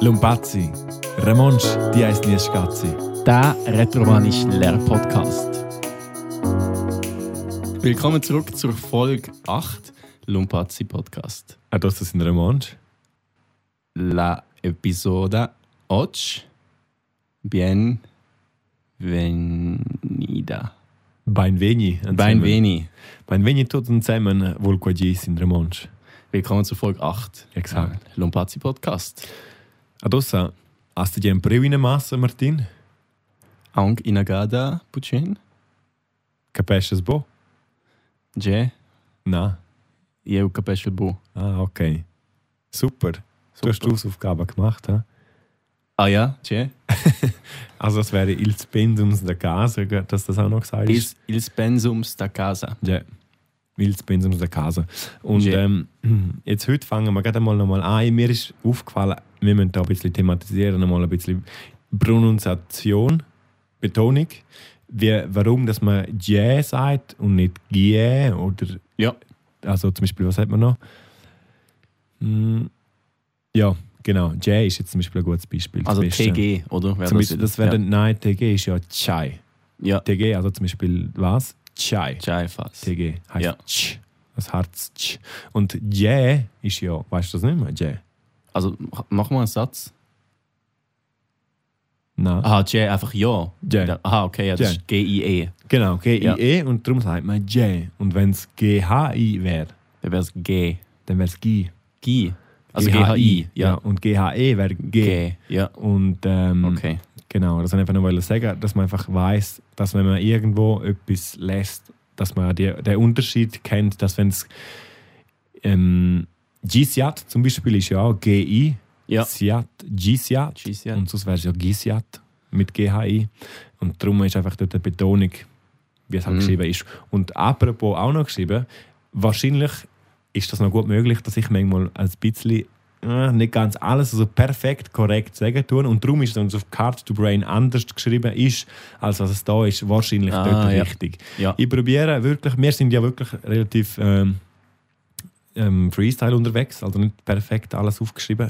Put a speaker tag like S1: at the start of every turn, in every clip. S1: Lumpazzi, Ramonsch, die heisst nie Schatzi.
S2: Der retromanische Lehrpodcast.
S3: Willkommen zurück zur Folge 8 Lumpazzi Podcast.
S1: Ah, das ist ein Ramonsch.
S3: La episoda 8. Bienvenida.
S1: Beinveni.
S3: Benveni.
S1: Beinveni tut uns zusammen Volquagis in Ramonsch.
S3: Willkommen zur Folge 8.
S1: Exakt.
S3: Lumpazzi Podcast.
S1: Adossa, hast du dir ein Previne Massa, Martin?
S3: Ang inagada pucin.
S1: Capisci es bo?
S3: Je.
S1: Na.
S3: Eu capesce bu.
S1: Ah, okay. Super. Du hast die Hausaufgaben gemacht, hä?
S3: Ah ja, je.
S1: Also das wäre il Spendums der Casa, gell, dass das auch noch gesagt ist.
S3: Is il spensum sta casa.
S1: Ja. Wildspensums der Casa. um Und
S3: Ja.
S1: ähm, jetzt heute fangen wir gerade mal nochmal an. Mir ist aufgefallen, wir müssen da ein bisschen thematisieren, nochmal ein bisschen Pronunciation, Betonung, wie, warum dass man J sagt und nicht G oder
S3: Ja.
S1: also zum Beispiel, was hat man noch? Hm, ja, genau. J ist jetzt zum Beispiel ein gutes Beispiel. das
S3: Also
S1: Beste.
S3: TG, oder? Wär
S1: Zum Beispiel, das wäre
S3: ja.
S1: dann, nein, TG ist ja Chai.
S3: Ja.
S1: TG, also zum Beispiel was? Chai.
S3: Chai fast.
S1: TG heißt
S3: Ja.
S1: Tsch, das Herz Tsch. Und J ist ja, weißt du das nicht mehr? J.
S3: Also mach- mach mal einen Satz.
S1: Nein.
S3: Aha, J, einfach ja.
S1: J.
S3: Ja, Aha, okay, ja, das
S1: J.
S3: ist G-I-E.
S1: Genau, G-I-E und darum sagt man J. Und wenn es G-H-I wäre,
S3: Dann wäre es G.
S1: dann wäre es G.
S3: G. Also G-H-I.
S1: Ja.
S3: Ja.
S1: Und G-H-E wäre G.
S3: G. Ja,
S1: Und ähm,
S3: okay.
S1: genau, das wollte ich einfach nur sagen, dass man einfach weiß, dass wenn man irgendwo etwas lässt, dass man die, den Unterschied kennt, dass wenn es ähm, G-Siat zum Beispiel ist ja auch G-I,
S3: Ja.
S1: Siat, G-Siat.
S3: Tschüss, ja.
S1: Und sonst wäre es ja Gisiat mit GHI. Und darum ist einfach dort eine Betonung, wie es halt
S3: Mhm.
S1: geschrieben ist. Und apropos auch noch geschrieben, wahrscheinlich ist das noch gut möglich, dass ich manchmal ein bisschen äh, nicht ganz alles so perfekt korrekt sagen tue. Und darum ist es auf Card to Brain anders geschrieben ist, als was es da ist. Wahrscheinlich
S3: Ah,
S1: dort
S3: ja.
S1: richtig.
S3: Ja.
S1: Ich probiere wirklich, wir sind ja wirklich relativ ähm, ähm, Freestyle unterwegs, also nicht perfekt alles aufgeschrieben,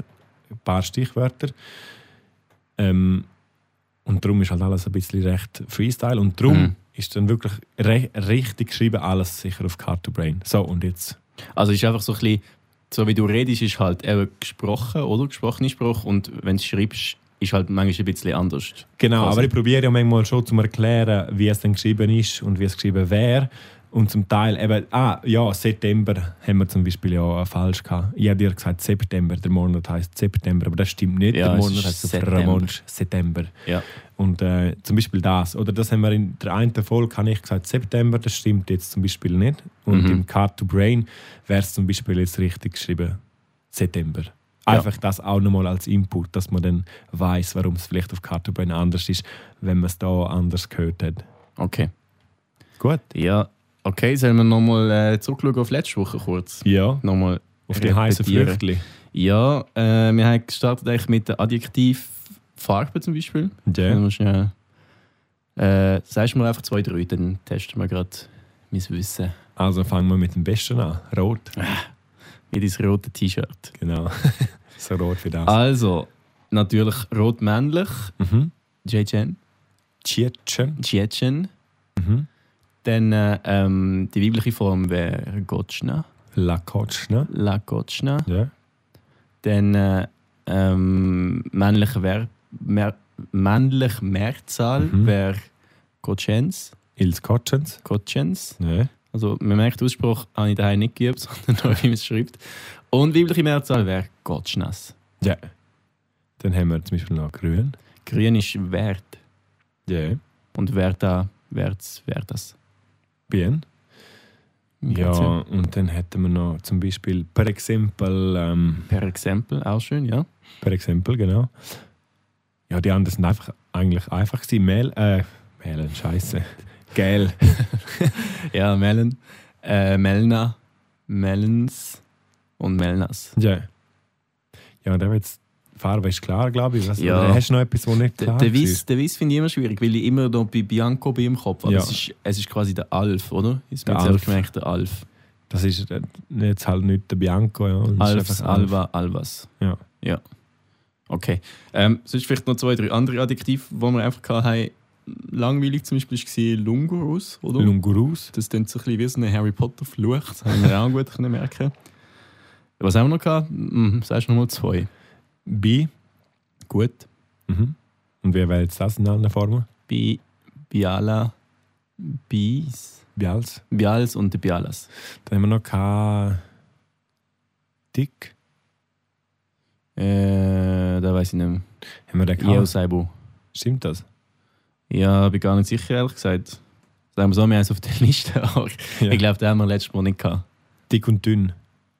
S1: ein paar Stichwörter. Ähm, und darum ist halt alles ein bisschen recht Freestyle und darum
S3: Mhm.
S1: ist dann wirklich re richtig geschrieben alles sicher auf Card to Brain. So und jetzt.
S3: Also ist einfach so ein bisschen, so wie du redest, ist halt eben gesprochen, oder? Gesprochene Spruch. Und wenn du schreibst, ist halt manchmal ein bisschen anders.
S1: Genau,
S3: Quasi.
S1: aber ich probiere ja manchmal schon um zu erklären, wie es dann geschrieben ist und wie es geschrieben wäre. Und zum Teil eben, ah ja, September haben wir zum Beispiel ja äh, falsch gehabt. Ich habe dir gesagt September, der Monat heißt September, aber das stimmt nicht.
S3: Ja,
S1: der
S3: es
S1: Monat
S3: ist
S1: heißt
S3: September.
S1: Ramonsch September.
S3: Ja.
S1: Und äh, zum Beispiel das. Oder das haben wir in der einen Folge, habe ich gesagt September, das stimmt jetzt zum Beispiel nicht. Und
S3: Mhm.
S1: im Card to Brain wäre es zum Beispiel jetzt richtig geschrieben September. Einfach das auch nochmal als Input, dass man dann weiß, warum es vielleicht auf Card to Brain anders ist, wenn man es da anders gehört hat.
S3: Okay.
S1: Gut.
S3: Ja. Okay, sollen wir nochmal äh, zurückschauen auf letzte Woche kurz?
S1: Ja,
S3: Nochmal
S1: auf die heißen
S3: repetieren.
S1: Flüchtlinge.
S3: Ja, äh, wir haben gestartet eigentlich mit dem Adjektiv Farbe zum Beispiel. Dann
S1: Ja.
S3: musst du ja. Äh, sagst du mir einfach zwei, drei, dann testen wir gerade mein Wissen.
S1: Also fangen wir mit dem Besten an. Rot.
S3: Wie dein rote T-Shirt.
S1: Genau. so rot wie das.
S3: Also, natürlich rot-männlich,
S1: Mhm.
S3: JJ,
S1: Tschirtschen.
S3: Jiejin.
S1: Mhm.
S3: Dann äh, ähm, die weibliche Form wäre Gotschna,
S1: La Kotschne.
S3: La Gotschna.
S1: Ja.
S3: Dann äh, ähm, männlich, Ver Mer männlich Mehrzahl
S1: Mhm.
S3: wäre Gotschens,
S1: Ils Kotschens.
S3: Gotschens.
S1: Ja.
S3: Also, man merkt, den Ausspruch habe ich daheim nicht geübt, sondern nur, wie man es schreibt. Und weibliche Mehrzahl wäre Gotschnas.
S1: ja. Dann haben wir zum Beispiel noch Grün.
S3: Grün ist Wert.
S1: Ja.
S3: Und wer da, wert's, wer das.
S1: Bien. Ja, und dann hätten wir noch zum Beispiel, per Exempel, ähm,
S3: Per Exempel, auch schön, ja.
S1: per Exempel, genau. Ja, die anderen sind einfach, eigentlich einfach gewesen. Mel, äh, Melen, scheiße. Gel.
S3: Ja, Melen, äh, Melna, Melens und Melnas.
S1: Ja. Ja, da jetzt, Farbe ist klar, glaube ich. Was,
S3: Ja.
S1: oder Hast du noch etwas, wo nicht
S3: D-
S1: klar
S3: Der
S1: ist?
S3: Wiss, der Wiss finde ich immer schwierig, weil ich immer noch bei Bianco bin im Kopf habe.
S1: Ja.
S3: Es, ist, es ist quasi der Alf, oder? Ist
S1: Der
S3: mir selber
S1: Alf.
S3: gemerkt, der Alf.
S1: Das ist äh, jetzt halt nicht der Bianco. Ja. Das ist
S3: Alfs,
S1: einfach Alf.
S3: Alva, Alvas.
S1: Ja.
S3: Ja. Okay. Ähm, sonst vielleicht noch zwei, drei andere Adjektive, die wir einfach hatten. Langweilig zum Beispiel war Lungurus, oder?
S1: Lungurus.
S3: das klingt so ein bisschen wie so eine Harry Potter-Flucht, das haben wir auch gut können merken Was haben wir noch gehabt? Hm, sagst du nochmal zwei.
S1: Bi.
S3: Gut.
S1: Mhm. Und wer wäre jetzt das in einer Formel?
S3: Bi, Biala, Bis,
S1: Bials.
S3: Bials und die Bialas.
S1: Dann haben wir noch K. Dick.
S3: Äh, da weiß ich nicht mehr.
S1: Haben wir den
S3: Ja.
S1: K.
S3: Saibu.
S1: Stimmt das?
S3: Ja, bin gar nicht sicher, ehrlich gesagt. Sagen wir so, wir haben es auf der Liste, aber
S1: Ja.
S3: ich glaube, den haben wir letztes Mal nicht gehabt.
S1: Dick und dünn.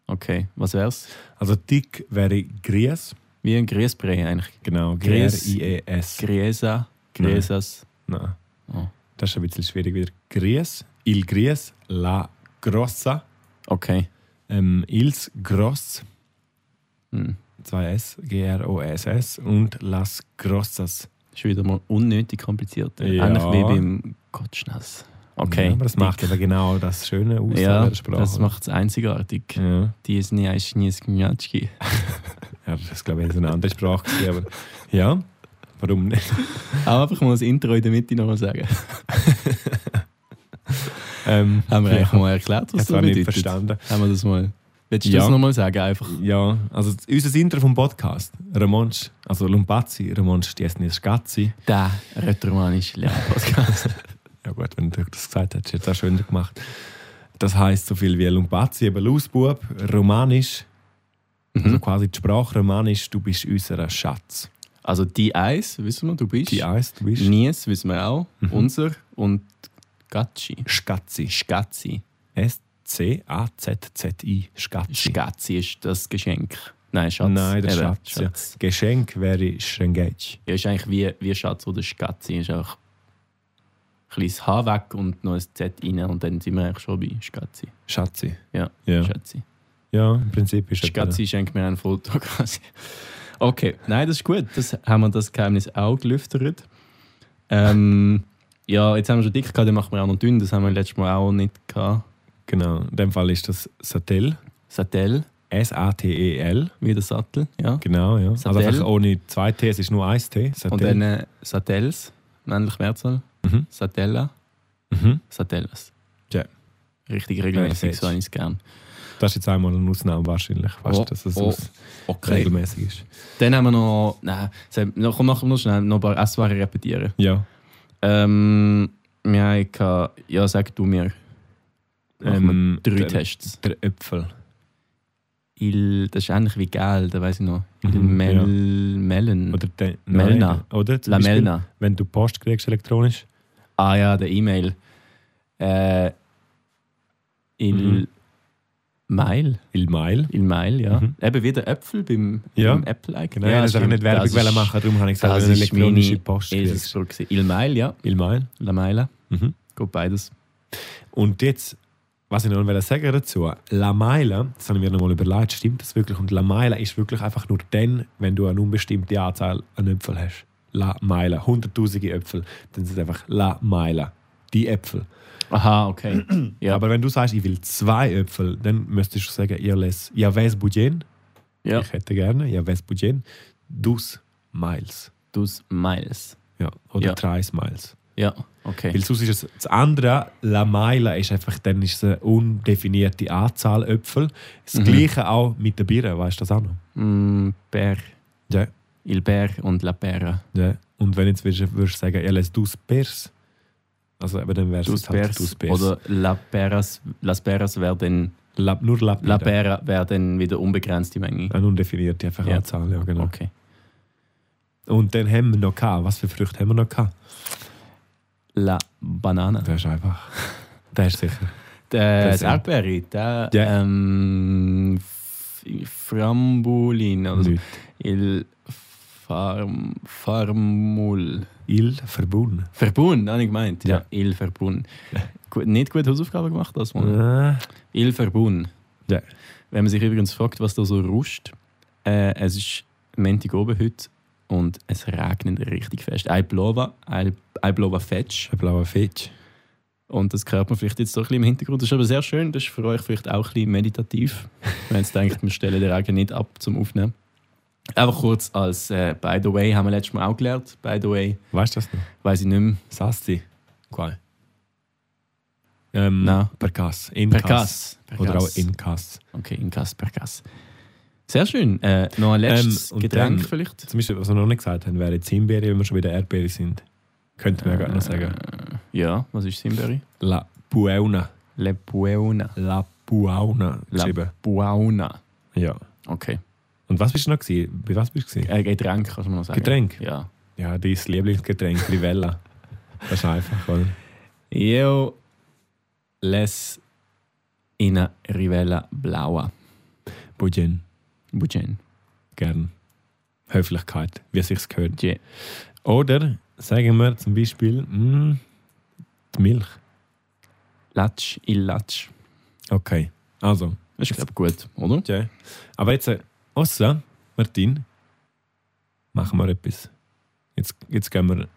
S3: Okay, was wär's?
S1: Also dick wäre Gries.
S3: Wie ein Grießbrei eigentlich.
S1: Genau,
S3: Gries.
S1: G-R-I-E-S.
S3: Griesa,
S1: Nein.
S3: Griesas.
S1: Nein.
S3: Oh.
S1: Das ist ein bisschen schwierig wieder. Gries, il Gries, la grossa,
S3: Okay.
S1: ähm, ils gross,
S3: Hm.
S1: zwei S, G-R-O-S-S und las grossas.
S3: Ist wieder mal unnötig kompliziert.
S1: Ja.
S3: Ähnlich wie beim Gottschnass. Okay.
S1: Ja, aber das macht aber genau das Schöne aus
S3: ja,
S1: der Sprache.
S3: das macht es einzigartig.
S1: ja.
S3: Die ist nie ein Schniesgnatschki.
S1: ja, das ist glaube ich jetzt eine andere Sprache, gewesen, aber ja, warum nicht?
S3: Auch einfach mal das Intro in der Mitte nochmal sagen.
S1: Ähm,
S3: Haben wir
S1: ja,
S3: eigentlich mal erklärt, was
S1: das
S3: das
S1: war nicht
S3: bedeutet?
S1: verstanden.
S3: Haben wir das mal. Willst du
S1: Ja.
S3: das nochmal sagen? Einfach.
S1: Ja, also das- unser Intro vom Podcast, Ramonsch, also Lumpazzi, Ramonsch, die essen nicht Schatzi.
S3: Der retromanische Lernpodcast.
S1: Ja gut, wenn du das gesagt hättest, hättest du es auch schöner gemacht. Das heisst so viel wie Lumpazzi, eben Lausbub, Romanisch, also
S3: Mhm.
S1: quasi die Sprache Romanisch, du bist unser Schatz.
S3: Also die Eis, wissen wir, du bist.
S1: Die Mhm. heisst, du bist
S3: Nies, wissen wir auch. Unser und Gatschi.
S1: Schatzi.
S3: Schatzi.
S1: S-C-A-Z-Z-I, Schatzi.
S3: Schatzi ist das Geschenk. Nein, Schatz.
S1: Nein, der
S3: Eben,
S1: Schatz. Ja. Geschenk wäre Schengage.
S3: Ja, ist eigentlich wie, wie Schatz oder Schatzi. Ist auch ein kleines H weg und noch ein Z rein und dann sind wir eigentlich schon bei Schatzi.
S1: Schatzi.
S3: Ja,
S1: Ja,
S3: Schatzi.
S1: ja im Prinzip ist das.
S3: Schatzi schenkt mir ein Foto quasi. Okay, nein, das ist gut. Das haben wir das Geheimnis auch gelüftet. Ähm, ja, jetzt haben wir schon dick gehabt, dann machen wir auch noch dünn. Das haben wir letztes Mal auch nicht gehabt.
S1: Genau, in dem Fall ist das Satel.
S3: Sattel,
S1: S-A-T-E-L.
S3: wie der Sattel, ja.
S1: E Genau, ja. Also
S3: Satel.
S1: einfach ohne zwei T, es ist nur ein T. Satel.
S3: Und dann äh, Sattels, männlich Mehrzahl.
S1: Mhm.
S3: Sattella,
S1: mhm.
S3: Sattellas.
S1: Tja.
S3: Richtig regelmäßig,
S1: Ja,
S3: so habe ich es gern.
S1: Das ist jetzt einmal eine Ausnahme wahrscheinlich, weißt, du, dass es
S3: oh,
S1: aus- regelmäßig ist.
S3: Dann haben wir noch. Nein, sag- noch- komm, machen wir noch schnell noch ein paar Esswaren repetieren.
S1: Ja.
S3: Ähm, wir haben gehabt, ja, sag du mir. Machen
S1: Ähm,
S3: wir drei
S1: der-
S3: Tests.
S1: Der Äpfel.
S3: Il, das ist ähnlich wie Gel, da weiß ich noch. Il
S1: Mhm,
S3: Mel,
S1: ja.
S3: Mellen.
S1: Oder der,
S3: Melna.
S1: Nein, oder? Zum
S3: La
S1: Beispiel,
S3: Melna.
S1: Wenn du Post kriegst elektronisch.
S3: Ah ja, der E-Mail. Äh, il
S1: Mhm.
S3: Mail.
S1: Il Mail.
S3: Il Mail, ja.
S1: Mhm.
S3: Eben wie der Äpfel beim,
S1: Ja.
S3: beim Apple eigentlich.
S1: Genau, ja, das habe ich nicht Werbung wollen machen, darum habe ich gesagt,
S3: das
S1: wenn du
S3: ist
S1: elektronische
S3: meine
S1: Post kriegst.
S3: Eselsbrücke. gewesen. Il Mail, ja.
S1: Il Mail.
S3: La Maila.
S1: Mhm.
S3: Gut, beides.
S1: Und jetzt, was ich noch wollte sagen dazu, La Meile, das habe ich mir nochmal überlegt, stimmt das wirklich? Und La Meile ist wirklich einfach nur dann, wenn du eine unbestimmte Anzahl an Äpfeln hast. La Meile, hunderttausende Äpfel, dann sind es einfach La Meile, die Äpfel.
S3: Aha, okay. Ja.
S1: Aber wenn du sagst, ich will zwei Äpfel, dann müsstest du sagen, ihr les, ja weiß budien,
S3: ja.
S1: ich hätte gerne, ja weiß budien, dus Miles.
S3: Dus Miles.
S1: Ja, oder
S3: Ja.
S1: drei Miles.
S3: Ja, okay.
S1: Weil sonst ist es das andere, La Meile ist einfach dann ist es eine undefinierte Anzahl Äpfel. Das
S3: Mhm.
S1: gleiche auch mit der Birne, weißt du das auch noch?
S3: Mm, per,
S1: Ja.
S3: il per und la pera.
S1: ja. Und wenn jetzt würdest, würdest du sagen, er lässt dus Pers, also eben dann wärst du
S3: Dus
S1: halt dus
S3: pers.
S1: Pers.
S3: Oder la peras, las peras wäre dann,
S1: La, nur La Birre.
S3: la pera wäre dann wieder unbegrenzte Menge.
S1: Eine undefinierte einfach
S3: Ja.
S1: Anzahl, ja genau.
S3: Okay.
S1: Und dann haben wir noch, gehabt, was für Früchte haben wir noch gehabt?
S3: La banana.
S1: Das ist einfach, das ist sicher.
S3: Der, das
S1: ja.
S3: Erdbeere, der
S1: Ja.
S3: ähm, F- Frambulin oder so.
S1: Nicht.
S3: Il farm, Farmul.
S1: Il Verbun.
S3: Verbund, habe ich gemeint. Ja,
S1: Ja.
S3: il Verbund. Gut, nicht gut Hausaufgaben gemacht, das mal.
S1: Ah.
S3: Il Verbun.
S1: Ja.
S3: Wenn man sich übrigens fragt, was da so ruscht, äh, es ist Montag oben heute und es regnet richtig fest. Ein Blova, ein ein Blova fetsch.
S1: Ein blauer Fetsch.
S3: Und das hört man vielleicht jetzt so ein bisschen im Hintergrund. Das ist aber sehr schön, das ist für euch vielleicht auch ein bisschen meditativ, wenn ihr denkt, wir stellen den Regen nicht ab zum Aufnehmen. Einfach kurz als äh, By the way haben wir letztes Mal auch gelernt. By the way,
S1: Weißt du das noch?
S3: weiß ich nicht mehr.
S1: Sasti. Qual? Ähm,
S3: Nein.
S1: Percas. Inkas.
S3: Percas.
S1: Oder auch Inkas.
S3: Okay, Inkas, Percas. Sehr schön. Äh, noch ein letztes
S1: Ähm, und
S3: Getränk
S1: dann-
S3: vielleicht?
S1: Zum Beispiel, was wir noch nicht gesagt haben, wäre Zimbeere, wenn wir schon wieder Erdbeere sind. Könnte man ja gerade noch sagen.
S3: Äh, Ja, was ist Simberry?
S1: La Buona.
S3: Le Buona.
S1: La Buona geschrieben.
S3: Buona.
S1: Ja.
S3: Okay.
S1: Und was bist du noch gewesen? Bei was bist du gewesen?
S3: Äh, Getränk, kannst du mir noch sagen.
S1: Getränk?
S3: Ja.
S1: Ja, dein Lieblingsgetränk, Rivella. Das ist einfach, oder?
S3: Io les in Rivella Blaua.
S1: Bourgeois.
S3: Bugen.
S1: Gern. Höflichkeit, wie es sich gehört.
S3: Je.
S1: Oder sagen wir zum Beispiel, mm, die Milch.
S3: Latsch il Latsch.
S1: Okay. Also,
S3: Das ist, glaube ich, gut, oder?
S1: ja. Aber jetzt, äh, außer, Martin, machen wir etwas. Jetzt, jetzt gehen wir.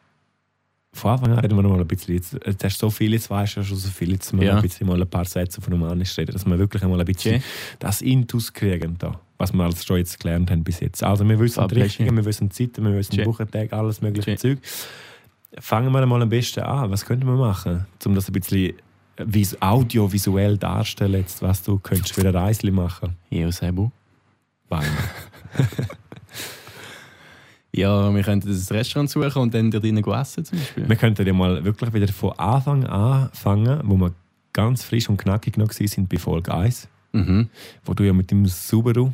S1: Von Anfang an reden wir noch mal ein bisschen. Jetzt, jetzt hast du so viel, jetzt weißt du schon so viel, jetzt müssen wir
S3: Ja.
S1: ein bisschen mal ein paar Sätze von Romanisch reden, dass wir wirklich einmal ein bisschen
S3: Je.
S1: das Intus kriegen, da, was wir alles schon jetzt gelernt haben bis jetzt. Also wir wissen
S3: Ah,
S1: die
S3: bless you.
S1: Richtungen, wir wissen die Zeiten, wir wissen
S3: Tschä.
S1: den Wochentag, alles mögliche
S3: Tschä.
S1: Zeug. Fangen wir mal am besten an. Was könnten wir machen, um das ein bisschen äh, vis- audiovisuell darzustellen, jetzt, was du könntest für ein Reisli machen?
S3: Io sebo.
S1: Wein.
S3: Ja, wir könnten das Restaurant suchen und dann dort drinnen essen zum Beispiel.
S1: wir könnten ja mal wirklich wieder von Anfang an fangen, wo wir ganz frisch und knackig noch waren, sind bei Folge 1,
S3: Mhm.
S1: wo du ja mit dem Subaru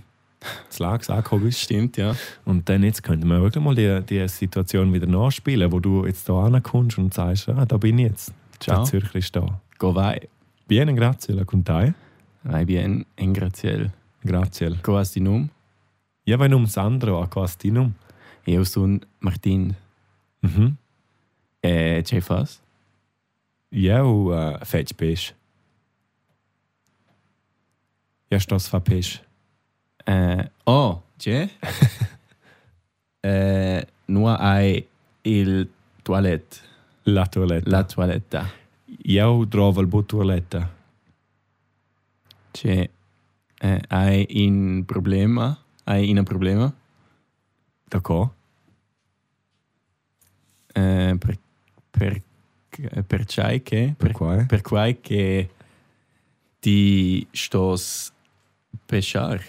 S1: das Lags angekommen bist.
S3: Stimmt, ja.
S1: Und dann jetzt könnten wir wirklich mal die, die Situation wieder nachspielen, wo du jetzt hier ankommst und sagst, ah, da bin ich jetzt.
S3: Ciao.
S1: Der Zürcher ist da.
S3: Go vai.
S1: Bien, grazie, la contai.
S3: Vai bien, engraziel.
S1: Grazie.
S3: Go asti num.
S1: Ja, wenn um Sandro, a Quastinum.
S3: Io son Martin.
S1: Mhm.
S3: Eh, c'è fas?
S1: Ja, und äh, fetch bist. Ja, stoss verpisch.
S3: Eh, oh, c'è? eh, noi hai il toilette.
S1: La toilette.
S3: La toiletta.
S1: Ja, und drauf al bu toilette.
S3: C'è. Eh, hai in problema? Hai in problema?
S1: Da ko.
S3: Eh, per, per, per c'hai che?
S1: Per quai.
S3: per quai che ti sto pesciar.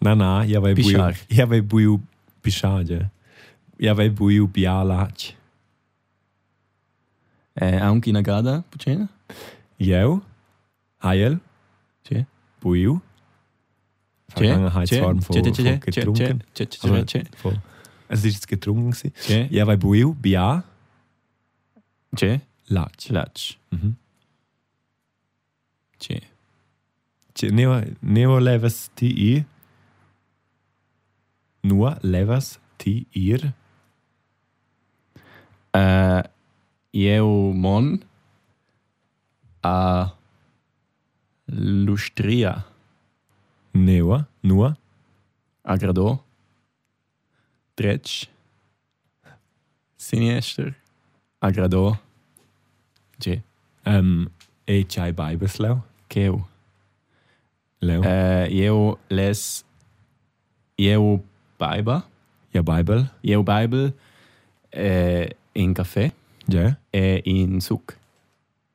S1: Na, na, ja, weil buiu.
S3: Pischar.
S1: Ja, weil buiu. Pischar, ja. Ja, weil buiu bialac.
S3: Eh, anche in agada, Puccina?
S1: Jel, Heil,
S3: Tje.
S1: Buiu. Vergangenheitsform von, von getrunken. Aber- Voll. Es ist jetzt getrunken. gewesen. Ja, bei Buiu, Bia,
S3: C'è?
S1: Latsch.
S3: Latsch.
S1: Mhm.
S3: C'è.
S1: Tje, Neo, neo levas ti i. Nur levas ti ir.
S3: Eh, eu mon a lustria
S1: Neo, nur
S3: agradò drec siniester agradò C'è.
S1: ähm, Echai Beibeslau.
S3: Cheu.
S1: Leo.
S3: Eh, eu les eu baiba
S1: Ja, Beibel.
S3: eu bible eh, in Kaffee
S1: Ja,
S3: eh, in Zug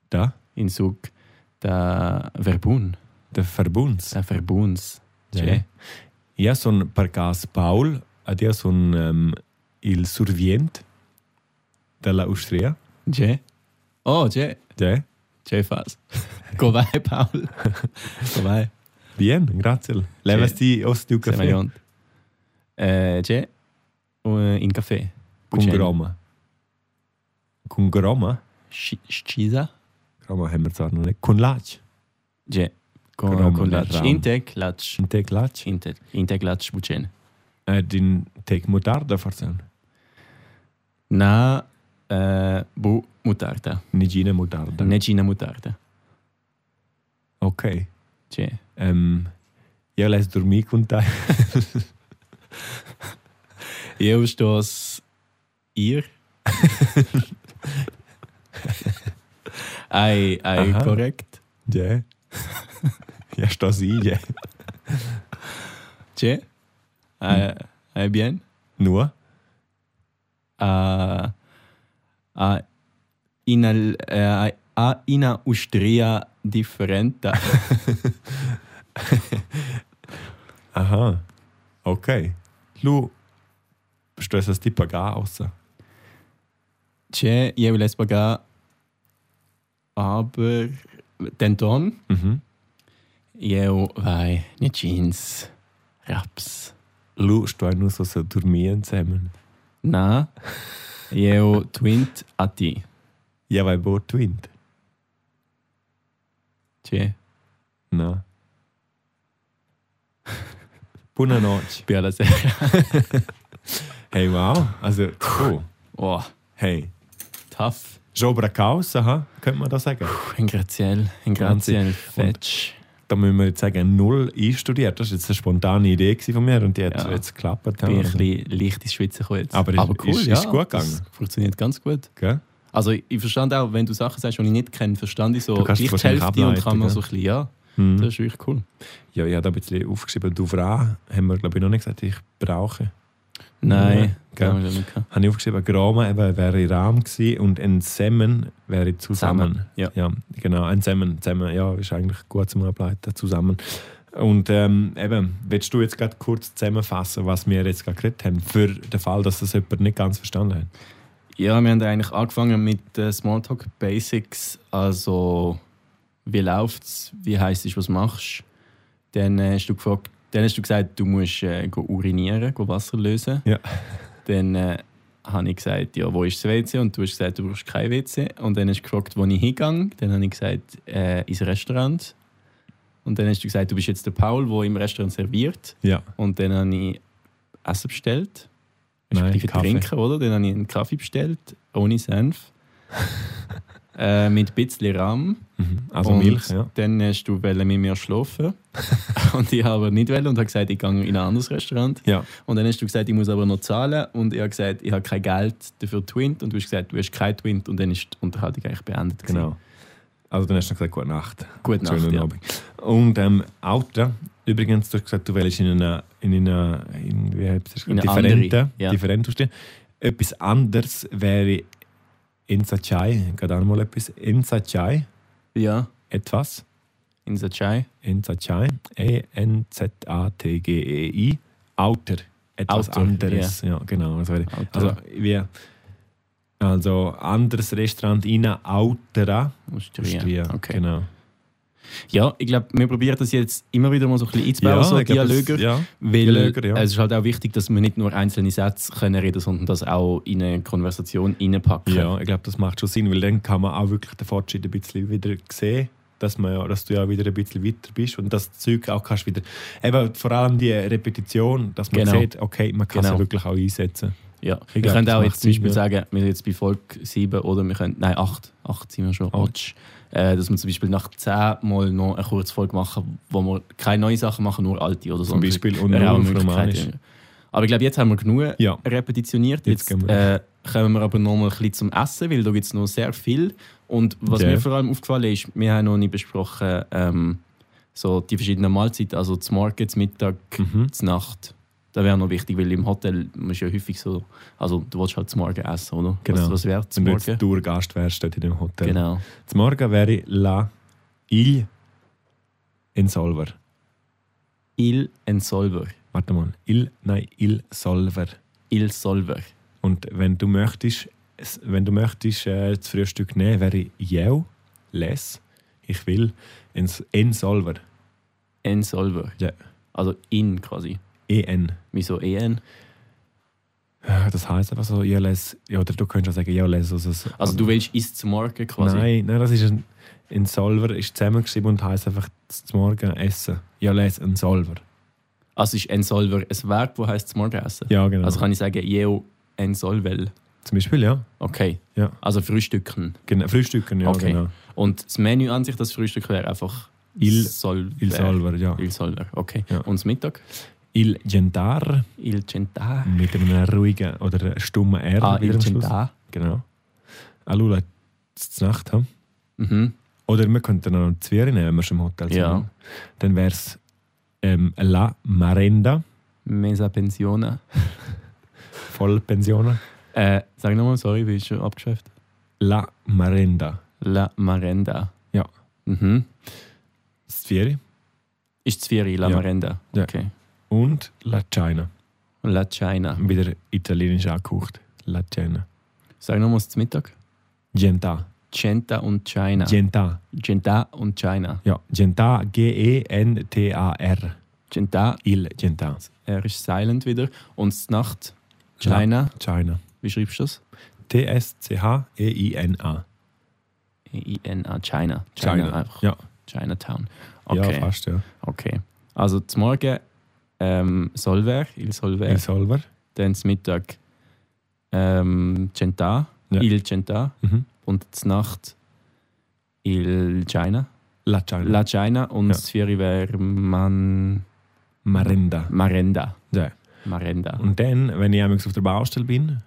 S1: da.
S3: in Zug da Verbun
S1: Der Verbunds.
S3: da Verbuns
S1: Ja. Ja, son per cas Paul, adia son um, il survient della Austria.
S3: C'è? Oh, c'è,
S1: Ja.
S3: c'è fast. Covai Paul. Covai.
S1: Bien, grazie. Levasti os tiu
S3: Sei
S1: caffè
S3: maiont. Eh, c'è eh, in caffè.
S1: con groma. Con groma?
S3: Scisa.
S1: Groma haben wir zwar noch nicht. Con lac.
S3: C'è. Con,
S1: Grom,
S3: con
S1: la
S3: lacci.
S1: ram.
S3: Intec lacci.
S1: Un tec lac.
S3: Intec, intec lacci bucen.
S1: Äh, din tec mutarda forse.
S3: Na eh, bu mutarda.
S1: Nigina mutarda.
S3: Negina mutarda.
S1: Okay.
S3: C'è.
S1: Ähm, ja, les dormi con te.
S3: Eu stos ir. Ai, ai,
S1: Aha.
S3: korrekt.
S1: Ja. Ja, sto si, ja.
S3: C'è. äh, eh bien.
S1: Nur.
S3: Äh, äh, in al, äh, a una Austria differente.
S1: Aha. Okay. Du stressest die Pagar raus.
S3: C'è jeweils pagar, aber den Ton.
S1: Mhm.
S3: Eu vai ne jeans, raps.
S1: Du stehst nur so, so dormieren zusammen.
S3: Na, eu twint a ti.
S1: Ja, weil Boot twint.
S3: C'è
S1: Na. Buonanotte.
S3: bella sera.
S1: Hey, wow. Also, oh.
S3: Oh,
S1: Hey.
S3: tough.
S1: Jobra Causa, ha? könnte man da sagen.
S3: In graziell, in graziell, fetch.
S1: Da müssen wir jetzt sagen, null einstudiert. Das war jetzt eine spontane Idee gewesen von mir und die hat
S3: Ja.
S1: jetzt geklappt.
S3: Bin ich ein bisschen leicht ins Schwitzen gekommen jetzt.
S1: Aber ist- ist- ist gut
S3: Das
S1: gegangen.
S3: funktioniert ganz gut.
S1: Gell?
S3: Also ich, ich verstand auch, wenn du Sachen sagst, die ich nicht kenne, verstand ich so
S1: Du kannst
S3: gleich die
S1: wahrscheinlich
S3: Hälfte und
S1: ableiten,
S3: kann man
S1: gell?
S3: so ein bisschen, ja,
S1: Hm.
S3: das ist wirklich cool.
S1: Ja, ich habe da ein bisschen aufgeschrieben. Du Frau, haben wir, glaube ich, noch nicht gesagt, ich brauche.
S3: Nein,
S1: gell?
S3: haben wir nicht gehabt.
S1: Habe ich aufgeschrieben, Grama eben wäre Rahm gewesen und ein Semmen wäre zusammen.
S3: Zusammen, ja.
S1: genau, ein Semmen. Semmen, ja, ist eigentlich gut zum Ableiten, zusammen. Und ähm, eben, willst du jetzt gerade kurz zusammenfassen, was wir jetzt gerade geredet haben, für den Fall, dass das jemand nicht ganz verstanden hat?
S3: Ja, wir haben eigentlich angefangen mit äh, Smalltalk Basics, also wie läuft's, wie heisst es, was machst Dann äh, hast du gefragt, dann hast du gesagt, du musst äh, go urinieren, go Wasser lösen.
S1: Ja.
S3: Dann äh, habe ich gesagt, ja, wo ist das WC? Und du hast gesagt, du brauchst kein WC. Und dann hast du gefragt, wo ich hingehe. Dann habe ich gesagt, äh, ins Restaurant. Und dann hast du gesagt, du bist jetzt der Paul, der im Restaurant serviert.
S1: Ja.
S3: Und dann habe ich Essen bestellt.
S1: Nein,
S3: Ich
S1: Kaffee.
S3: trinken, oder? Dann habe ich einen Kaffee bestellt, ohne Senf. äh, mit ein bisschen Rahm.
S1: Mhm. Also
S3: Und
S1: Milch, ja.
S3: Dann hast du wollen mit mir schlafen. und ich habe aber nicht wollen und habe gesagt, ich gehe in ein anderes Restaurant.
S1: Ja.
S3: Und dann hast du gesagt, ich muss aber noch zahlen. Und ich habe gesagt, ich habe kein Geld dafür Twint. Und du hast gesagt, du hast kein Twint. Und dann ist die Unterhaltung eigentlich beendet. gewesen.
S1: Genau. Also dann hast du noch gesagt, gute Nacht.
S3: Gute Nacht.
S1: Schönen
S3: ja.
S1: Abend. Und ähm, Auto, übrigens, du hast gesagt, du willst in einer, in einer in, wie heißt es,
S3: In eine
S1: differente,
S3: andere, ja.
S1: differente stehen. Etwas anderes wäre Insachai, gerade auch noch mal etwas. Insachai,
S3: ja,
S1: etwas.
S3: in der Chai.
S1: Insachai, E E-N-Z-A-T-G-E-I, Outer, E etwas
S3: Outer,
S1: anderes. Ja, genau. Also, wäre- also, wie, also anderes Restaurant in Outera. Austria,
S3: Okay.
S1: genau.
S3: Ja, ich glaube, wir probieren das jetzt immer wieder mal so ein bisschen einzubauen, so
S1: ich glaube, das-
S3: Dialoge.
S1: Ja.
S3: Weil
S1: Dialoger, ja.
S3: es ist halt auch wichtig, dass wir nicht nur einzelne Sätze können reden, sondern das auch in eine Konversation reinpacken.
S1: Ja, ich glaube, das macht schon Sinn, weil dann kann man auch wirklich den Fortschritt ein bisschen wieder sehen, dass, man ja, dass du ja wieder ein bisschen weiter bist und das Zeug auch kannst wieder. Eben vor allem die Repetition, dass man
S3: Genau.
S1: sieht, okay, man kann es
S3: Genau.
S1: ja wirklich auch einsetzen.
S3: Ja.
S1: Ich
S3: Wir
S1: glaub,
S3: können
S1: das
S3: auch
S1: macht
S3: jetzt zum
S1: Sinn,
S3: Beispiel
S1: ja.
S3: sagen, wir sind jetzt bei Folge 7 oder wir können, nein, 8, 8 sind wir schon,
S1: Oh.
S3: Otsch. äh, dass wir zum Beispiel nach 10 Mal noch eine kurze Folge machen, wo wir keine neuen Sachen machen, nur alte oder so.
S1: Zum Beispiel und
S3: Wäre
S1: nur
S3: auch eine
S1: auf
S3: Möglichkeit,
S1: Romanisch.
S3: ja. Aber ich glaube, jetzt haben wir genug
S1: Ja.
S3: repetitioniert.
S1: Jetzt
S3: Jetzt,
S1: gehen
S3: äh, kommen wir aber noch mal ein bisschen zum Essen, weil da gibt es noch sehr viel. Und was
S1: Ja.
S3: mir vor allem aufgefallen ist, wir haben noch nicht besprochen, ähm, so die verschiedenen Mahlzeiten, also zum Morgen, Äh, zum Mittag,
S1: Mhm.
S3: zur Nacht. Das wäre noch wichtig, weil im Hotel musst du ja häufig so, also du willst halt zum Morgen essen, oder?
S1: Genau.
S3: Was, was wäre zum
S1: Wenn du jetzt
S3: Morgen?
S1: Tourgast wärst dort in dem Hotel.
S3: Genau.
S1: Zum Morgen wäre La Il in Solver.
S3: Il en Solver.
S1: Warte mal. Il, nein, Il Solver.
S3: Il Solver.
S1: Und wenn du möchtest, s- wenn du möchtest äh, das Frühstück nehmen, wäre Jeu, Les, ich will, ins Insolver,
S3: En Solver.
S1: Ja.
S3: Also in quasi.
S1: EN.
S3: Wieso en?
S1: Ja, Äh, Das heißt einfach so, ja, Les, ja, oder du könntest auch sagen, ja, Les. Also, so-
S3: Also du willst isst zum Morgen quasi?
S1: Nein, nein, das ist ein Insolver, ist zusammengeschrieben und heißt einfach zum Morgen essen. Ja, Les, Insolver.
S3: Also ist Ensolver ein Verb, das heisst zum Morgen essen?
S1: Ja, genau.
S3: Also kann ich sagen, jeo Ensolvel.
S1: Zum Beispiel, ja.
S3: Okay.
S1: Ja.
S3: Also frühstücken.
S1: Genau, Frühstücken, ja,
S3: Okay.
S1: genau.
S3: Und das Menü an sich, das Frühstück wäre einfach
S1: Il-
S3: Solver.
S1: Il Solver, ja.
S3: Il Solver, okay.
S1: Ja.
S3: Und das Mittag?
S1: Il Gentar
S3: Il Genta.
S1: mit einem ruhigen oder stummen R.
S3: Ah,
S1: wieder
S3: Il
S1: am Schluss.
S3: Genta.
S1: Genau. Alula, zur Nacht haben.
S3: Mhm.
S1: Oder wir könnten auch noch Zwiebeln nehmen, wenn wir schon im Hotel sind.
S3: Ja.
S1: Dann wäre es ähm, La Marenda
S3: Mesa Pensione.
S1: Vollpensioner.
S3: Äh, sag nochmal, sorry, wie ist schon abgeschafft?
S1: La Marenda.
S3: La Marenda.
S1: Ja.
S3: Mhm.
S1: Das Vieri.
S3: Ist Zvieri, La
S1: Ja.
S3: Marenda.
S1: Ja.
S3: Okay.
S1: Und La China.
S3: La China.
S1: Wieder italienisch angehaucht. La China.
S3: Sag nochmal zum Mittag.
S1: Genta.
S3: Genta und China.
S1: Genta.
S3: Genta und China.
S1: Ja, Genta. E G-E-N-T-A-R.
S3: Genta,
S1: Il Genta.
S3: er ist silent wieder. Und s Nacht, China.
S1: China.
S3: Wie schreibst du das?
S1: E T-S-C-H-E-I-N-A.
S3: I-N-A, China. China.
S1: China.
S3: einfach.
S1: Ja.
S3: Chinatown.
S1: Ja,
S3: Okay.
S1: fast, ja.
S3: okay. Also zum Morgen ähm, Solver, Il Solver.
S1: El Solver.
S3: Dann zum Mittag ähm, Genta,
S1: Ja.
S3: Il Genta.
S1: Mhm.
S3: Und zur Nacht Il China.
S1: La China.
S3: La China und
S1: Ja.
S3: das Vieri wäre Man
S1: Marenda.
S3: Marenda.
S1: Ja.
S3: Marenda.
S1: Und dann, wenn ich einmal auf der Baustelle bin,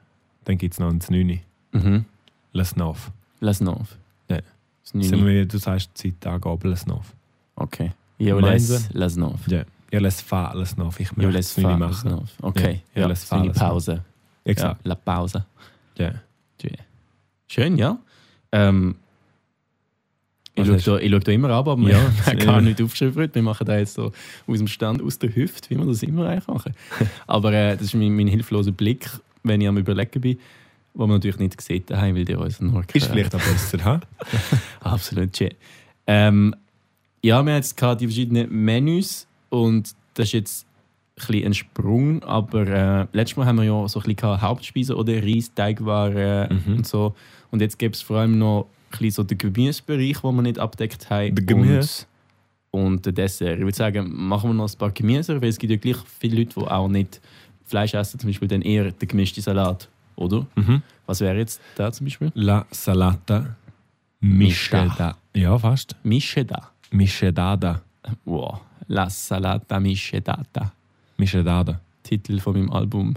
S1: dann gibt es noch ein Znüni.
S3: Mhm.
S1: La Snov.
S3: Lass noch.
S1: Ja.
S3: Das Neune.
S1: Sind wir, du sagst Zeitangabe La Snov.
S3: Okay. Ja,
S1: Gemeinsam.
S3: lass, lass noch.
S1: Ja, lass fahren, alles noch. Ich
S3: Ja,
S1: möchte
S3: lass
S1: es nicht
S3: fahren, lass
S1: machen.
S3: noch. Okay.
S1: Ja,
S3: Ja,
S1: lass
S3: so eine
S1: fahren, lass noch.
S3: Pause. Ja,
S1: Exakt.
S3: La Pause.
S1: Ja.
S3: Schön, ja. Ähm, ich
S1: Was
S3: schaue
S1: hast
S3: da, ich schau da immer ab, aber
S1: Ja,
S3: ja, ich habe
S1: das-
S3: gar nicht aufgeschrieben. heute. Wir machen da jetzt so aus dem Stand, aus der Hüfte, wie wir das immer eigentlich machen. aber äh, das ist mein, mein hilfloser Blick, wenn ich am Überlegen bin, wo man natürlich nicht gesehen haben, weil die uns nur hören.
S1: Ist vielleicht auch besser, ha?
S3: Absolut schön. Ähm, ja, wir haben jetzt gerade die verschiedenen Menüs und das ist jetzt ein, bisschen ein Sprung, aber äh, letztes Mal haben wir ja so ein bisschen gehabt, Hauptspeisen oder Reis, Teigwaren
S1: Mhm.
S3: und so. Und jetzt gibt es vor allem noch ein bisschen so den Gemüsebereich, den wir nicht abdeckt haben.
S1: Der Gemüse.
S3: Und, und den Dessert. Ich würde sagen, machen wir noch ein paar Gemüse, weil es gibt ja gleich viele Leute, die auch nicht Fleisch essen, zum Beispiel dann eher den gemischten Salat, oder?
S1: Mhm.
S3: Was wäre jetzt da zum Beispiel?
S1: La Salata
S3: Mischa.
S1: Mischeda. Ja, fast.
S3: Mischeda.
S1: Mischedada.
S3: Wow, La Salata Mischedata.
S1: Mischedada.
S3: Titel von meinem Album,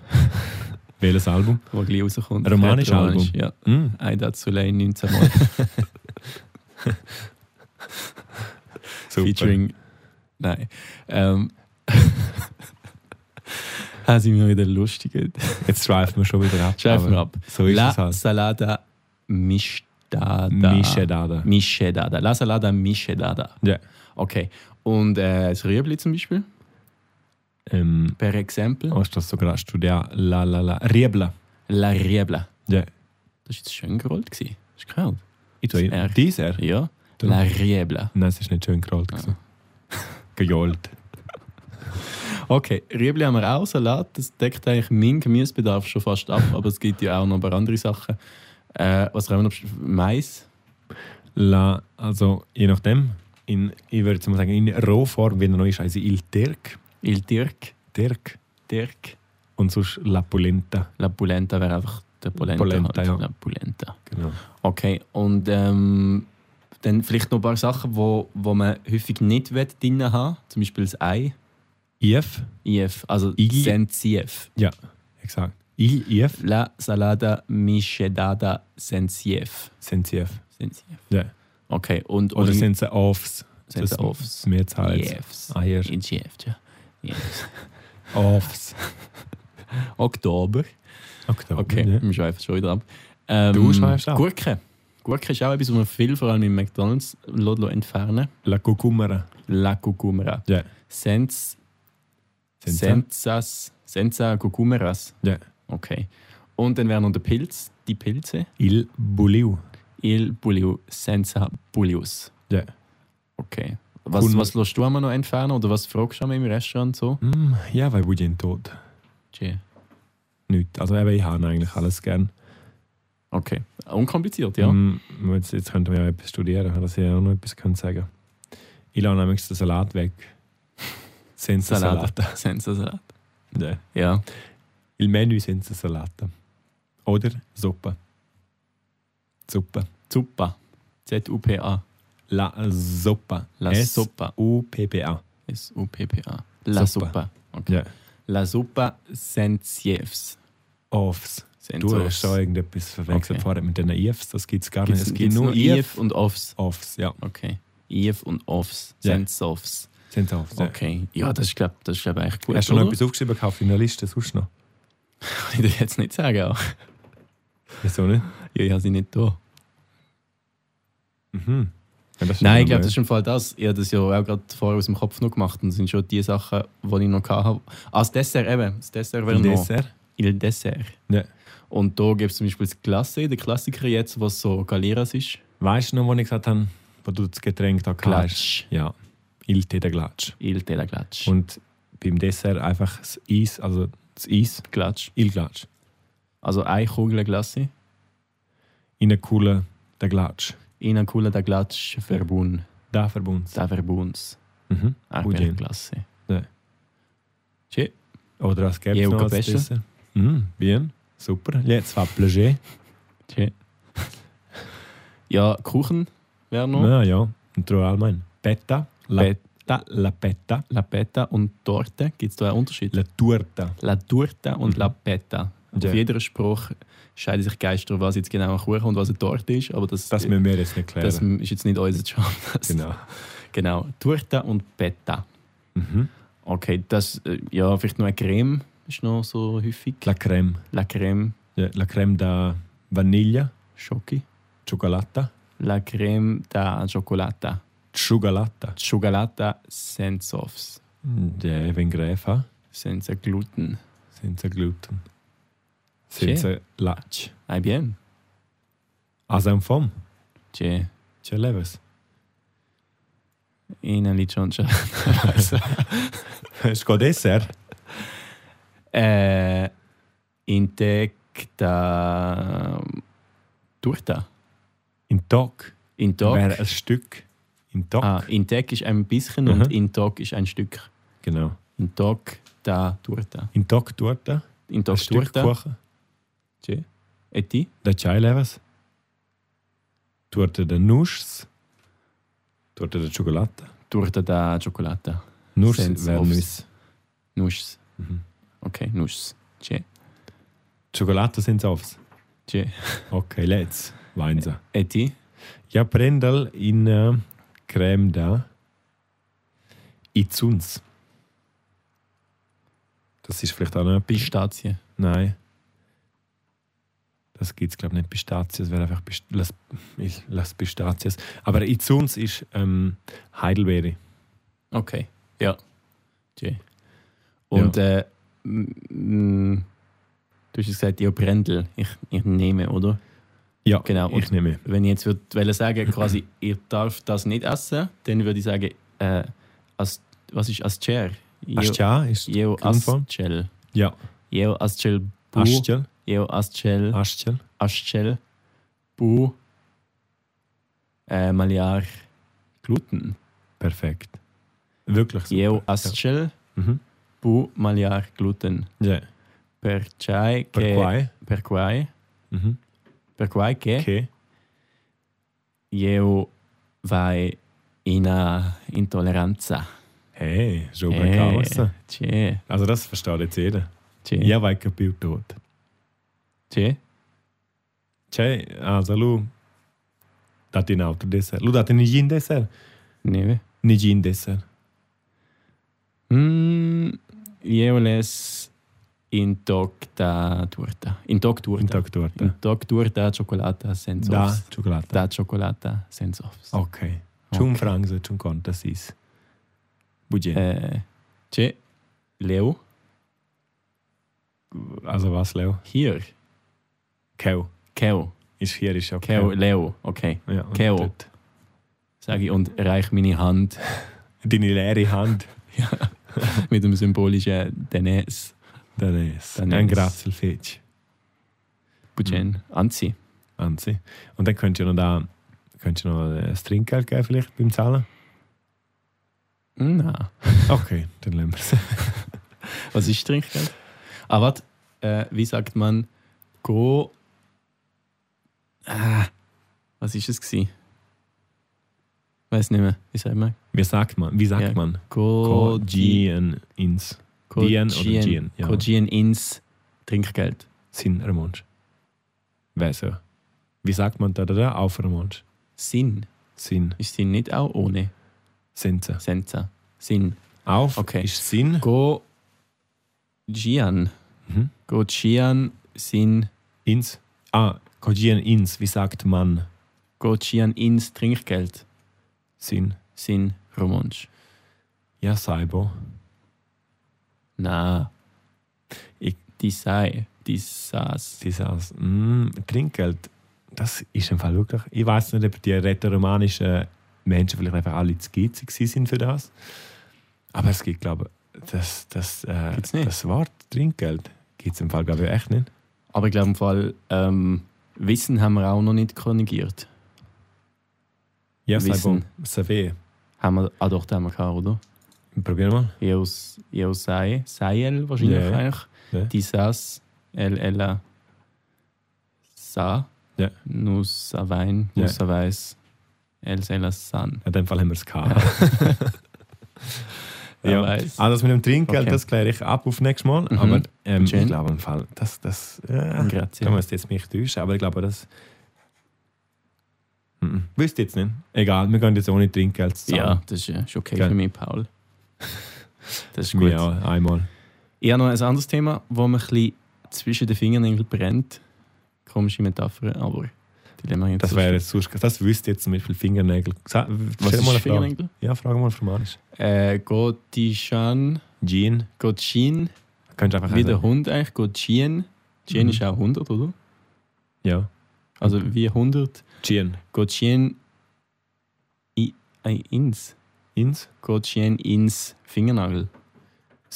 S1: Welches Album?
S3: das gleich rauskommt.
S1: Romanisch
S3: Rätoromanisch,
S1: Album.
S3: Ja,
S1: Mm.
S3: Aida Zulein 19 Mal
S1: Super.
S3: featuring. Nein. Ähm, Haben sie mir wieder lustig.
S1: Jetzt schweifen wir schon wieder ab.
S3: Schreiben wir
S1: aber
S3: ab.
S1: So ist
S3: La
S1: es halt.
S3: Salata Mischedata.
S1: Mischedada.
S3: Mischedada. La Salata Mischedada.
S1: Ja.
S3: Okay. Und äh, das Rüebli zum Beispiel,
S1: Ähm,
S3: per Exempel.
S1: hast du das sogar studiert? La la la. Riebla.
S3: La Riebla.
S1: Ja.
S3: Das war jetzt schön gerollt. gewesen. Hast du gehört?
S1: Ich tue
S3: Das R.
S1: Dies R?
S3: Äh, Ja.
S1: Du-
S3: La Riebla.
S1: Nein, es ist nicht schön gerollt.
S3: Ah.
S1: gewesen. Gejohlt.
S3: Okay, Rüebli haben wir auch, Salat, das deckt eigentlich meinen Gemüsebedarf schon fast ab, aber es gibt ja auch noch ein paar andere Sachen. Äh, was haben wir noch? Mais?
S1: La, also je nachdem, in, ich würde jetzt mal sagen, in Rohform, wie er noch ist, also Il Dirk,
S3: Il Dirk,
S1: Dirk
S3: Dirk.
S1: und sonst La Polenta.
S3: La Polenta wäre einfach der Polenta. halt.
S1: Polenta, ja.
S3: La Polenta.
S1: Genau.
S3: Okay, und ähm, dann vielleicht noch ein paar Sachen, wo, wo man häufig nicht will drin haben zum Beispiel das Ei.
S1: IF,
S3: IF, also
S1: I-
S3: Sensief.
S1: exakt. Il, IF,
S3: La Salada Michedada Sensief.
S1: sind sie F.
S3: Sensief.
S1: Ja.
S3: Okay, und
S1: Oder
S3: Oli-
S1: sind sie Offs?
S3: sind sie
S1: das-
S3: aufs?
S1: Mehrzahl. Ah, jetzt.
S3: Yes.
S1: Eier.
S3: In Geschäft, ja. Yes.
S1: Offs.
S3: Oktober.
S1: Oktober,
S3: Okay,
S1: ja.
S3: wir schweifen schon wieder ab. Ähm,
S1: Du schweifst ab.
S3: Gurke. Gurke ist auch etwas, was man viel, vor allem im McDonalds, lässt entfernen
S1: La Cucumera.
S3: La Cucumera.
S1: Ja.
S3: Sens,
S1: Sind sie?
S3: Sensas, Sensa Cucumeras.
S1: Ja.
S3: Okay. Und dann wären noch der Pilz, die Pilze.
S1: Il Buliu.
S3: Il Bulliu, Sensa Bullius.
S1: Ja.
S3: Okay. Was,
S1: Kun-
S3: was lässt du einmal noch entfernen oder was fragst du einmal im Restaurant so?
S1: Mm, ja, weil Budien tot.
S3: Tschä.
S1: Nicht. Also eben, ich habe eigentlich alles gern.
S3: Okay. Unkompliziert, ja.
S1: Mm, jetzt, jetzt könnten wir ja etwas studieren, dass ich auch noch etwas können sagen kann. Ich lasse nämlich den Salat weg. Sensasalat.
S3: Salat. Sensasalat.
S1: Nein.
S3: Ja.
S1: Im Menü sind es Salaten. Oder Suppe. Suppe.
S3: Zuppa. Z-U-P-A.
S1: La Soppa.
S3: La Suppa.
S1: S-U-P-P-A.
S3: S-U-P-P-A. La
S1: Suppa.
S3: Suppa. Okay.
S1: Ja.
S3: La Suppa Sensiefs.
S1: Offs. Du hast schon irgendetwas verwechselt
S3: Okay.
S1: vorher mit den IFs. Das gibt es gar nicht.
S3: Es gibt nur IF und OFFs.
S1: Offs, ja.
S3: Okay. IF und OFFs.
S1: Ja.
S3: Sensofs.
S1: Sind sie oft, ja.
S3: Okay. Ja, das ist, glaube ich, glaub, eigentlich gut.
S1: Hast du noch
S3: oder?
S1: etwas aufgeschrieben gehabt in der Liste? Sonst noch?
S3: Kann ich dir jetzt nicht sagen. Ja,
S1: Wieso nicht?
S3: ja ich habe sie nicht da.
S1: Mhm. Ja, das ist
S3: Nein, ich
S1: noch
S3: glaube, das
S1: neu.
S3: ist im Fall das. Ich habe das ja auch gerade vorher aus dem Kopf noch gemacht. Und das sind schon die Sachen, die ich noch hatte. Ah, das Dessert eben. Das Dessert wäre
S1: Ein
S3: noch.
S1: Dessert.
S3: Il Dessert.
S1: Ja.
S3: Und da gibt es zum Beispiel das Glasse, der Klassiker jetzt, was so Galeras ist.
S1: Weißt du noch, wo ich gesagt habe, wo du das Getränk da hast? Ja. Il Tee der Glatsch.
S3: Il de la Glatsch.
S1: Und beim Dessert einfach das Eis, also das Eis,
S3: Glatsch.
S1: Il Glatsch.
S3: Also eine Kugel Glasse,
S1: In einer coolen der Glatsch.
S3: in einer Kugel der Glatsch, Verbund.
S1: Da verbund's.
S3: Da Verbunds.
S1: Mhm. Gut, ja.
S3: Erdbeerglasse.
S1: Ja.
S3: Che.
S1: Oder was gäbe
S3: Ja,
S1: es noch
S3: und
S1: als
S3: Pesche.
S1: Dessert? Mhm. Bien. Super. Jetzt war Plagé.
S3: Che. Ja, Kuchen wäre noch.
S1: Ja, ja. Und darum allgemein. Petta. La
S3: Pet-
S1: petta. La petta.
S3: La Petta und Torte. Gibt es da einen Unterschied?
S1: La turta.
S3: La Torte und
S1: Mhm.
S3: La Petta.
S1: Ja.
S3: Auf jeder Spruch scheiden sich Geister, was jetzt genau ein Kuchen und was eine Torte ist. Aber das,
S1: Das müssen wir jetzt nicht klären.
S3: das ist jetzt nicht unser Job. Das,
S1: genau.
S3: genau. Torte und Petta.
S1: Mhm.
S3: Okay, das, äh, ja, vielleicht noch eine Creme ist noch so häufig.
S1: La crème.
S3: La Creme
S1: Ja, la crème da Vaniglia.
S3: Schoki.
S1: Cioccolata.
S3: La Creme da Cioccolata.
S1: Ciugalata.
S3: Cioccolata senza offs.
S1: Ja, wenn Gräfa.
S3: Senza gluten.
S1: Senza gluten.
S3: Sì.
S1: Senza latch.
S3: Ah, bien.
S1: Also ein Fom.
S3: C'è
S1: C'è leves.
S3: in Alicioncia.
S1: Es geht Dessert.
S3: äh, Intekta mm, Turta.
S1: In Tag. Wäre
S3: Intok.
S1: ein Stück. In Tag.
S3: Ah, Intek ist ein bisschen
S1: Mhm.
S3: und Intok ist ein Stück.
S1: Genau.
S3: Intok da Turta.
S1: In Tag Torte. Ein
S3: Intok
S1: Stück
S3: Turta.
S1: Kuchen.
S3: Et ti?
S1: Da C'è leves. Torte de Nuss. Torte de Schokolade.
S3: Turta da Cioccolata.
S1: Nuss
S3: Senza
S1: wäre
S3: Obst.
S1: Nuss.
S3: Nuss.
S1: Mhm.
S3: Okay, Nuss. C'è.
S1: Schokolade sind aufs.
S3: C'è.
S1: Okay, let's. Weinsa.
S3: Et E ti?
S1: Ja, Brendel in äh, Creme da. Izuns. Das ist vielleicht auch noch etwas.
S3: Pistazie.
S1: Nein. Das gibt es, glaube ich, nicht. Pistazias wäre einfach Pist Las, ich, Las Pistazias. Aber Izuns ist ähm, Heidelbeere.
S3: Okay, ja. Okay. Und äh, m- m- du hast jetzt gesagt, ja, Brendel, ich, ich nehme, oder?
S1: Ja,
S3: Genau,
S1: Ich nehme.
S3: Wenn ich jetzt würd wollen sagen quasi, ihr darf das nicht essen, dann würde ich sagen, äh, as, was ist Ascher?
S1: Astia ist
S3: Jeo
S1: Grundform.
S3: Aschel.
S1: Ja.
S3: Jeo Aschel Bu.
S1: Aschel.
S3: Jeo Aschel.
S1: Aschel.
S3: Aschel. Bu. Äh, Maliar. Gluten.
S1: Perfekt. Wirklich super.
S3: Jeo Aschel.
S1: Ja. Mhm.
S3: Bu. Maliar. Gluten.
S1: Ja.
S3: per chai
S1: Per
S3: che
S1: quai.
S3: per quai
S1: Mhm.
S3: per quai che
S1: Okay.
S3: io vai in a intolleranza
S1: Hey, so bei
S3: Eh,
S1: Chaos.
S3: c'è
S1: Also das versteht jetzt jeder.
S3: c'è
S1: Ja, weil kapiert tot.
S3: c'è
S1: Cioè, also lu dati in auto dessert. Lu dati nigi in dessert.
S3: neve
S1: Nigi in dessert.
S3: mm, io les in toc da torta in toc
S1: In
S3: torta
S1: Tag dort.
S3: in toc torta cioccolata
S1: Hm.
S3: senza
S1: Da
S3: offs.
S1: Schokolade.
S3: da cioccolata senza offs
S1: Okay. Zum
S3: Ok.
S1: Franse, zum Kontas ist. Budget.
S3: Eh, c'è leo
S1: Also was, Leo?
S3: hier
S1: Keu.
S3: keo
S1: Ist hier, ist auch
S3: keo leo okay
S1: Ja, und
S3: Keu.
S1: dort.
S3: sage ich und reich meine Hand
S1: Deine leere Hand.
S3: mit dem symbolischen Denes
S1: Dann ist
S3: Dann
S1: ein
S3: ist-
S1: Grazelfetsch. Mhm.
S3: Bujen anziehen.
S1: Anzi. Und dann könnt ihr noch da, könnt ihr noch ein Trinkgeld geben vielleicht beim Zahlen? Mhm.
S3: Na,
S1: Okay, dann lassen wir es.
S3: Ah. was ist Trinkgeld? Ah, warte, äh, wie sagt man Go. Ah, was ist es gsi? Weiß nicht mehr. Wie sagt man?
S1: Wie sagt man? Wie sagt
S3: Ja.
S1: man?
S3: Go
S1: Kogien ins. Gien oder Gien, ja.
S3: Kogien ins Trinkgeld.
S1: Sinn Ramonsch. Wieso? Wie sagt man da da da auf Ramonsch?
S3: Sinn
S1: Sinn.
S3: ist Sinn nicht auch ohne
S1: Senza.
S3: Senza. Sinn.
S1: Auf
S3: Okay.
S1: ist Sinn.
S3: Go Gian.
S1: Mhm.
S3: Go Gian Sinn.
S1: Ins. Ah, Kojian ins. Wie sagt man
S3: Go Gian ins Trinkgeld.
S1: Sinn?
S3: Sinn Romansch.
S1: Ja, Saibo.
S3: Na.
S1: Ich-
S3: Die sei. Die saß.
S1: Sie sagt, mm, Trinkgeld. Das ist im Fall wirklich. Ich weiß nicht, ob die rätoromanischen Menschen vielleicht einfach alle zu geizig gewesen sind für das. Aber es gibt, glaube ich, das, das, äh,
S3: Gibt's nicht?
S1: das Wort Trinkgeld gibt es im Fall, glaube ich, echt nicht.
S3: Aber ich glaube im Fall, ähm, Wissen haben wir auch noch nicht korrigiert.
S1: Ja, Saibo.
S3: Wissen.
S1: Savé.
S3: Haben wir, ah doch, da haben wir gehabt, oder?
S1: Probieren wir mal.
S3: Eos, Eos sei, Seiel wahrscheinlich
S1: Ja.
S3: eigentlich.
S1: Ja.
S3: Die saß, El Ella Sa,
S1: Ja.
S3: Nusa Wein,
S1: Ja.
S3: Nusa Weiß, El Sella San.
S1: In dem Fall haben wir es gehabt.
S3: Wer
S1: Ja.
S3: weiß.
S1: Also das mit dem Trinkgeld,
S3: Okay.
S1: das kläre ich ab auf nächstes Mal.
S3: Mhm.
S1: Aber ähm, ich
S3: Schön.
S1: glaube im Fall, das, das äh,
S3: Grazie.
S1: da muss ich jetzt mich täuschen. Aber ich glaube, das Mhm. wüsste ich jetzt nicht. Egal, wir gehen jetzt ohne Trinkgeld zusammen.
S3: Ja, das ist, äh, ist okay
S1: Gell.
S3: für mich, Paul. Das ist
S1: Mir
S3: gut.
S1: auch einmal.
S3: Ich habe noch ein anderes Thema, wo mir ein bisschen zwischen den Fingernägeln brennt. Komische Metaphern, aber die lassen wir jetzt
S1: Das
S3: so
S1: wäre jetzt sonst, das wüsste jetzt zum Beispiel Fingernägel. Sa-
S3: Was
S1: Stell mal eine
S3: ist
S1: Frage.
S3: Fingernägel?
S1: Ja, frage mal formalisch.
S3: Äh, Gotishan,
S1: Jean,
S3: Gotchin,
S1: kannst du einfach
S3: wie der
S1: sagen.
S3: Hund eigentlich, Gotchin. Chin
S1: Mhm.
S3: ist auch 100, oder?
S1: Ja,
S3: Also wie 100.
S1: Jean.
S3: Gotchin i, ei, ins.
S1: Ins?
S3: Gotchin ins Fingernagel.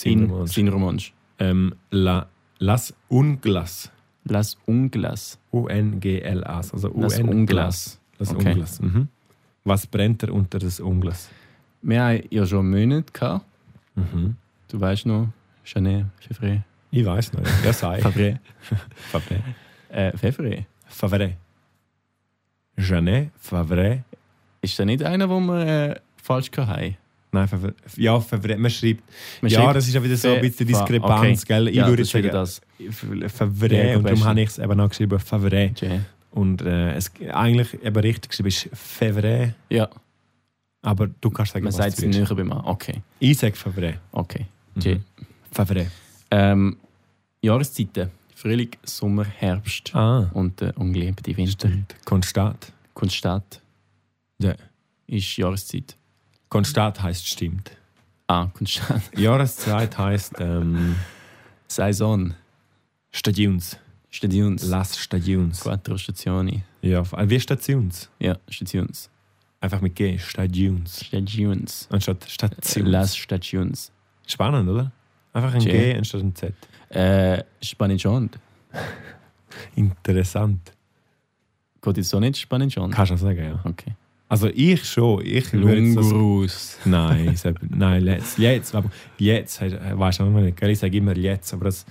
S3: In
S1: Sin.
S3: Sinromansch.
S1: Ähm, la, las Unglas.
S3: Las Unglas.
S1: U-N-G-L-A-S. Also
S3: Las
S1: U-N-Glas.
S3: Unglas.
S1: Das
S3: Okay.
S1: Unglas. Mhm. Was brennt er unter das Unglas?
S3: Wir haben ja schon Monate gehabt.
S1: Mhm.
S3: Du weißt noch, Janet, Fevre.
S1: Ich weiß nicht. Ja, sei.
S3: Favre.
S1: Favre.
S3: Äh, Fevre.
S1: Favre. Jeanne, Favre.
S3: Ist da nicht einer, wo wir äh, falsch gehabt haben?
S1: Nein, Favre. Ja, Favre. Man schreibt.
S3: Man
S1: ja,
S3: schreibt
S1: das ist ja wieder so ein
S3: Fe-
S1: bisschen
S3: Fa-
S1: Diskrepanz,
S3: okay.
S1: gell? Ich
S3: ja,
S1: würde
S3: das ist wieder
S1: sagen,
S3: das.
S1: Favre.
S3: Ja,
S1: und darum
S3: weißt du.
S1: habe ich es eben auch geschrieben, Favre.
S3: Jay.
S1: Und äh, es eigentlich eben richtig geschrieben ist Favre.
S3: Ja,
S1: Aber du kannst sagen,
S3: man
S1: was
S3: sagt es
S1: du willst.
S3: näher beim A. Okay,
S1: Ich sage Favre.
S3: okay. Jay.
S1: Mhm. Favre.
S3: Ähm, Jahreszeiten. Frühling, Sommer, Herbst
S1: Ah,
S3: und der ungeliebte Winter.
S1: Konstat.
S3: Konstat
S1: Ja.
S3: ist Jahreszeit.
S1: Konstat heißt stimmt.
S3: Ah, Konstat.
S1: Jahreszeit heißt ähm,
S3: Saison.
S1: Stations.
S3: Stations.
S1: Las Stations.
S3: Quattro Stationi.
S1: Ja, äh, wie Stations.
S3: Ja, Stations.
S1: Einfach mit G. Stations.
S3: Stations.
S1: Anstatt Station.
S3: Las Stations.
S1: Spannend, oder? Einfach ein
S3: Tja.
S1: G anstatt ein Z.
S3: Äh, Spanischon.
S1: Interessant.
S3: Geht jetzt so nicht Spanischon?
S1: Kannst du das sagen, ja.
S3: Okay.
S1: Also ich schon. Ich würde jetzt das...
S3: Lungurus.
S1: Nein, ich sag- nein, jetzt. Jetzt, aber jetzt heißt- weißt du immer nicht. Gell? Ich sage immer jetzt, aber das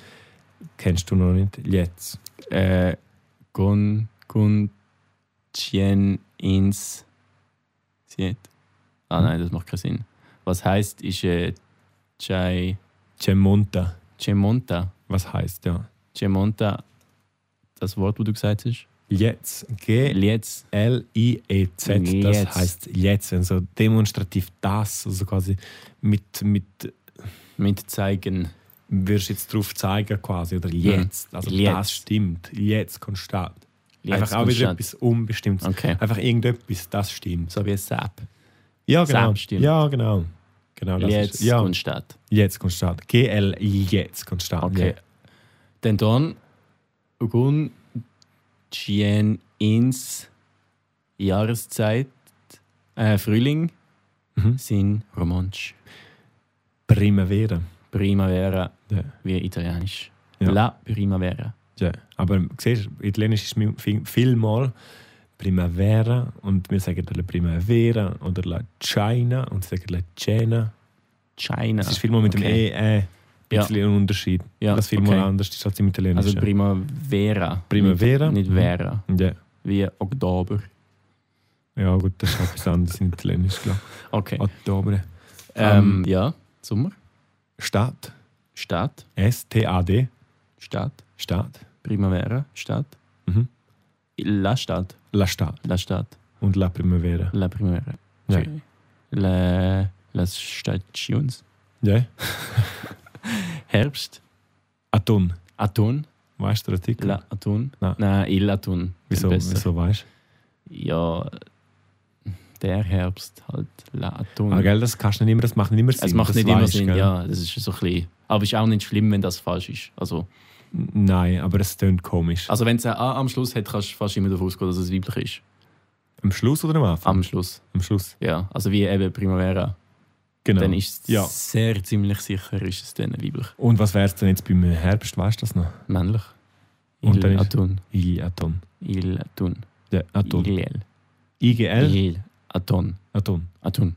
S1: kennst du noch nicht. Jetzt.
S3: äh, Gon, Gon, Chien, Ins, Siet. Ah nein, das macht keinen Sinn. Was heißt, ist äh, Chai,
S1: Cemonta.
S3: Chemonta?
S1: Was heißt, ja.
S3: Chemonta, das Wort, wo du gesagt hast?
S1: Jetzt. G
S3: Jetzt,
S1: L-I-E-Z,
S3: Jetzt.
S1: das heißt jetzt, also demonstrativ das, also quasi mit, mit
S3: mit zeigen.
S1: wirst jetzt drauf zeigen quasi, oder jetzt, also
S3: Mhm. Jetzt.
S1: das stimmt, jetzt konstant.
S3: Jetzt
S1: Einfach auch wieder
S3: konstant.
S1: etwas Unbestimmtes.
S3: Okay,
S1: Einfach irgendetwas, das stimmt.
S3: so wie Sap.
S1: Ja, genau.
S3: Selbststimmt.
S1: Ja, genau. genau das
S3: Jetzt
S1: ist, ja,
S3: Konstant.
S1: jetzt konstant. G-L, jetzt konstant.
S3: Okay. Dann dann, Gon, Chien, Ins, Jahreszeit, äh, Frühling,
S1: Ja. Mhm.
S3: sind Romansch.
S1: Primavera.
S3: Primavera,
S1: Ja.
S3: wie italienisch.
S1: Ja.
S3: La Primavera.
S1: Ja. Aber siehst du, Italienisch ist mi- viel- vielmal Primavera und wir sagen la Primavera oder la China und sie sagen la China.
S3: China.
S1: Es ist vielmal mit
S3: Okay.
S1: dem E, äh,
S3: Ja.
S1: bisschen ein Unterschied.
S3: Ja,
S1: das vielmal
S3: okay.
S1: anders ist halt als im
S3: Also
S1: Italienischen.
S3: Primavera.
S1: Primavera. Mhm.
S3: Nicht, nicht Vera.
S1: ja.
S3: Wie Oktober.
S1: ja, gut, das ist etwas anderes in Italienisch, glaube
S3: Okay.
S1: ich. Oktober.
S3: Ähm, ja, Sommer.
S1: Stadt.
S3: Stadt.
S1: S-T-A-D.
S3: Stadt.
S1: Stadt.
S3: Primavera. Stadt.
S1: Mhm.
S3: La Stadt.
S1: La Stadt
S3: La Stadt.
S1: und La Primavera.
S3: La Primavera.
S1: Ja.
S3: La, Stations.
S1: Ja.
S3: Herbst.
S1: Aton.
S3: Aton.
S1: Weißt du den Artikel?
S3: La Aton.
S1: Nein.
S3: Nein, Il Aton.
S1: Wieso,
S3: Besser.
S1: wieso weißt du?
S3: Ja, der Herbst halt. La Aton.
S1: Ah, gell, das kannst du nicht immer, das macht nicht immer Sinn.
S3: Es macht
S1: das
S3: nicht immer
S1: weisst,
S3: Sinn,
S1: gell?
S3: ja. Das ist so ein bisschen. Aber ist auch nicht schlimm, wenn das falsch ist. Also,
S1: Nein, aber es tönt komisch.
S3: also wenn es ein A am Schluss hat, kannst du fast immer davon ausgehen, dass es weiblich ist.
S1: Am Schluss oder am Anfang?
S3: Am Schluss.
S1: Am Schluss.
S3: Ja. Also wie eben Primavera.
S1: Genau.
S3: Dann ist es
S1: Ja.
S3: sehr ziemlich sicher, ist es dann weiblich.
S1: Und was wäre es denn jetzt beim Herbst? Weißt du das noch?
S3: Männlich.
S1: Und
S3: Il
S1: dann ist-
S3: Aton.
S1: Il Aton.
S3: Il Aton.
S1: Ja, Aton.
S3: Il.
S1: IGL?
S3: Il. Aton.
S1: Aton.
S3: Aton.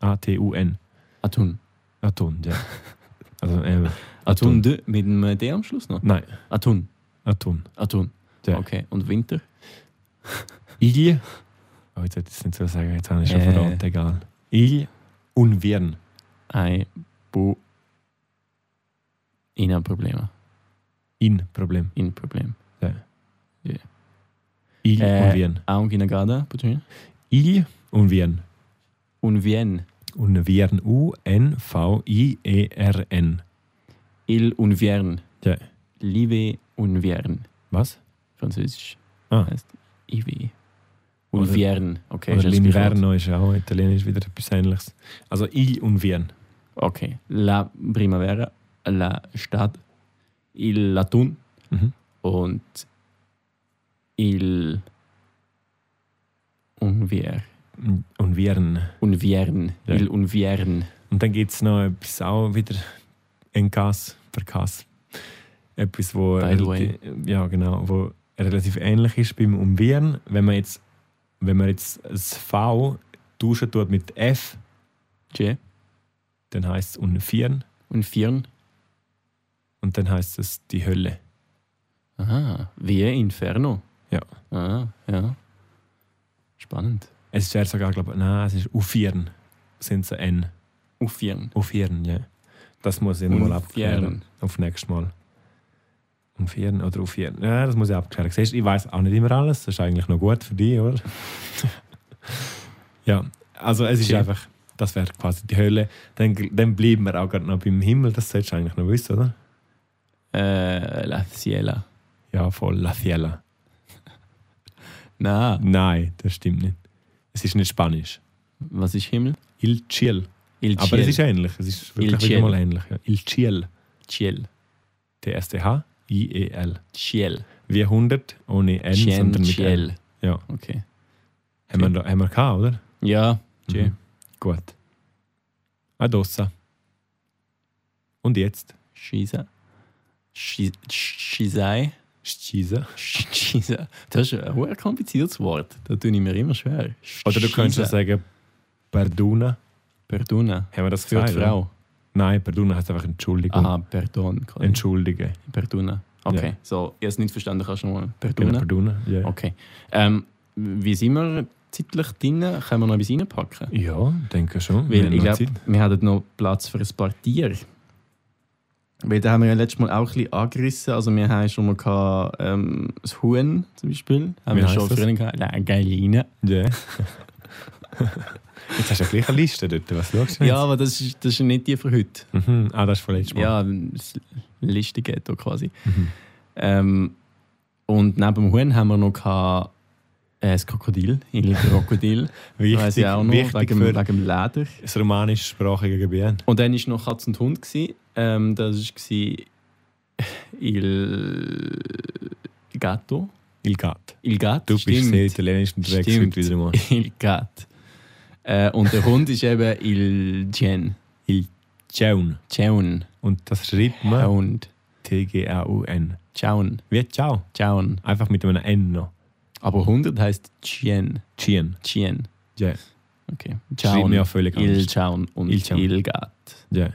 S1: A-T-U-N.
S3: Aton.
S1: Aton, ja. Also, äh, Aton.
S3: Aton de, mit einem D am Schluss noch.
S1: nein,
S3: Aton.
S1: Aton.
S3: Aton.
S1: Ja.
S3: Okay. Und Winter?
S1: Il. Oh, jetzt hätte ich es nicht so sagen, jetzt habe ich schon
S3: Äh.
S1: verraten, egal. Il und Wirn.
S3: Ein Bo. In ein Problem.
S1: In, Problem.
S3: In Problem.
S1: Il
S3: Äh.
S1: und Wirn.
S3: Auch in der Garda, bitte.
S1: Il und Wirn.
S3: Und Vienne.
S1: Und Wirn. E U-N-V-I-E-R-N.
S3: Il und Vierne.
S1: Ja.
S3: Liebe und Vierne.
S1: Was?
S3: Französisch.
S1: Ah.
S3: Heißt Ivi. Und
S1: Oder-
S3: Vierne. Okay,
S1: Oder
S3: ist das Sprichwort.
S1: L'Inverno ist ja auch italienisch wieder etwas Ähnliches. Also Il und Wirn.
S3: Okay. La Primavera, la Stadt, il Latun
S1: Mhm.
S3: und il und Vier. Mhm.
S1: Und Wirn.
S3: Und Vierne.
S1: Ja.
S3: Il und Vierne.
S1: Und dann gibt es noch etwas auch wieder ein Gas per Kass. Etwas, wo,
S3: By the way.
S1: relati- ja, genau, wo relativ ähnlich ist beim Umbieren. Wenn man jetzt, wenn man jetzt das V tauschen tut mit F,
S3: G.
S1: dann heißt es Unvieren
S3: Und Vierne.
S1: und dann heißt es die Hölle.
S3: Aha. Via Inferno.
S1: Ja.
S3: Ah, ja. Spannend.
S1: Es wäre sogar, glaube ich, nein, es ist Ufieren. Sind es ein N.
S3: Auf Vierne.
S1: Ufieren, ja. Das muss ich nochmal
S3: Und
S1: abklären.
S3: Vieren.
S1: Auf nächstes Mal. Ufieren oder Ufieren. Ja, das muss ich abklären. Siehst, du, ich weiß auch nicht immer alles. Das ist eigentlich noch gut für dich, oder? ja, also es ist
S3: Schön.
S1: einfach, das wäre quasi die Hölle. Dann, dann bleiben wir auch gerade noch beim Himmel. Das solltest du eigentlich noch wissen, oder?
S3: Äh, la Ciela.
S1: Ja, voll. La Fiela.
S3: Na,
S1: Nein, das stimmt nicht. Es ist nicht Spanisch.
S3: was ist Himmel?
S1: Il Chiel.
S3: Il
S1: Aber es ist ähnlich. Es ist
S3: Il
S1: wirklich wieder
S3: Ciel.
S1: mal ähnlich. Ja. Il Chiel.
S3: Ciel.
S1: T-S-T-H-I-E-L.
S3: Ciel.
S1: Wie 100 ohne N,
S3: Cien,
S1: sondern mit L.
S3: Ciel.
S1: Ja.
S3: Okay.
S1: Haben wir, da- haben wir gehabt, oder?
S3: Ja. Ciel.
S1: Mhm. Gut. Adossa. Und jetzt?
S3: Schisa. Schi- Schisei.
S1: Schießen.
S3: Schisa. Das ist ein hoher kompliziertes Wort. Da tue ich mir immer schwer.
S1: Oder du könntest
S3: Schisa.
S1: auch sagen, Perduna.
S3: Perdona.
S1: Haben wir das
S3: Für die
S1: gesagt, oder?
S3: Frau.
S1: Nein, Perduna heißt einfach Entschuldigung.
S3: Aha, Perdon.
S1: Entschuldige.
S3: Perdona. Okay,
S1: Ja.
S3: so, ich habe es nicht verstanden, kannst du nochmal.
S1: Genau,
S3: Perdona.
S1: Perduna. Ja.
S3: Okay. Ähm, wie sind wir zeitlich drin? Können wir noch etwas reinpacken?
S1: ja, denke schon. Wir
S3: Weil
S1: haben
S3: ich
S1: noch
S3: glaube,
S1: Zeit.
S3: wir hatten noch Platz für ein paar Tiere. Weil da haben wir ja letztes Mal auch ein bisschen angerissen. Also wir haben schon mal gehabt, ähm, das Huhn zum Beispiel.
S1: Wie
S3: Haben wir
S1: heisst
S3: schon
S1: das?
S3: früher gehabt. Nein, Geiline.
S1: Ja. jetzt hast du ja gleich eine Liste dort. Was schaust du
S3: Ja, aber das ist, das ist nicht die für heute.
S1: jetzt? Mhm. Ah, das ist von letztes Mal.
S3: Ja, das Liste geht da quasi.
S1: Mhm.
S3: Ähm, und neben dem Huhn haben wir noch gehabt, äh, das Krokodil. Il Krokodil.
S1: Wichtig,
S3: Weiß ich auch noch.
S1: wichtig
S3: Wegen,
S1: für
S3: wegen dem Leder.
S1: das romanischsprachige Gebiet.
S3: Und dann war noch Katz und Hund. Gewesen. Ähm, das war Il Gatto.
S1: Il Gat.
S3: Il Gatto.
S1: Du bist
S3: stimmt.
S1: sehr italienisch unterwegs
S3: Stimmt.
S1: heute wieder mal.
S3: Il Gatto. Äh, und der Hund ist eben Il Gen.
S1: Ciaun.
S3: Ciaun.
S1: Und das schreibt man
S3: Hund.
S1: T-G-A-U-N.
S3: Ciaun.
S1: Wie Ciao.
S3: Ciaun.
S1: Einfach mit einem N noch.
S3: Aber 100 heißt Chien.
S1: Cien.
S3: Chien.
S1: Ja.
S3: Okay.
S1: Schreibt
S3: Ciaun.
S1: man ja völlig
S3: Il
S1: anders.
S3: Ciaun und
S1: Il Ciaun.
S3: Il Gatto.
S1: Ja.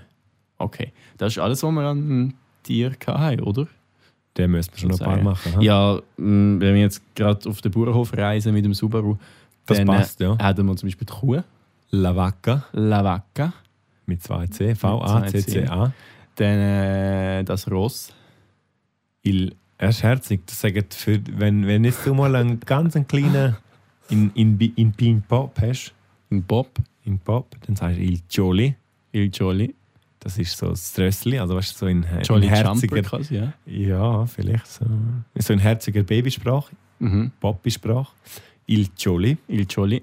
S3: Okay. Das ist alles, was wir an Tier hatten, oder?
S1: Den müssen wir schon noch ein paar machen.
S3: Sozusagen.
S1: ha?
S3: Ja, mh, wenn wir jetzt gerade auf den Bauernhof reisen mit dem Subaru,
S1: das
S3: dann,
S1: passt, ja.
S3: äh, hätten wir zum Beispiel die Kuh,
S1: La Vacca
S3: La Vacca,
S1: mit 2C. V-A-C-C-A.
S3: dann äh, das Ross,
S1: Il. Er ist herzig. Das sagt, für, wenn, wenn jetzt du mal einen ganz einen kleinen in, in, in Ping-Pop hast,
S3: ein Bob,
S1: im Pop. Dann sagst du Il Jolly.
S3: Il Jolly.
S1: Das ist so das Rössli, also weißt du, so in, in
S3: Jolly Jumper
S1: herziger.
S3: quasi, ja.
S1: Ja, vielleicht so. So in herziger Babysprache,
S3: Mhm.
S1: Papisprache. Il Oh, Jolly.
S3: Il Jolly.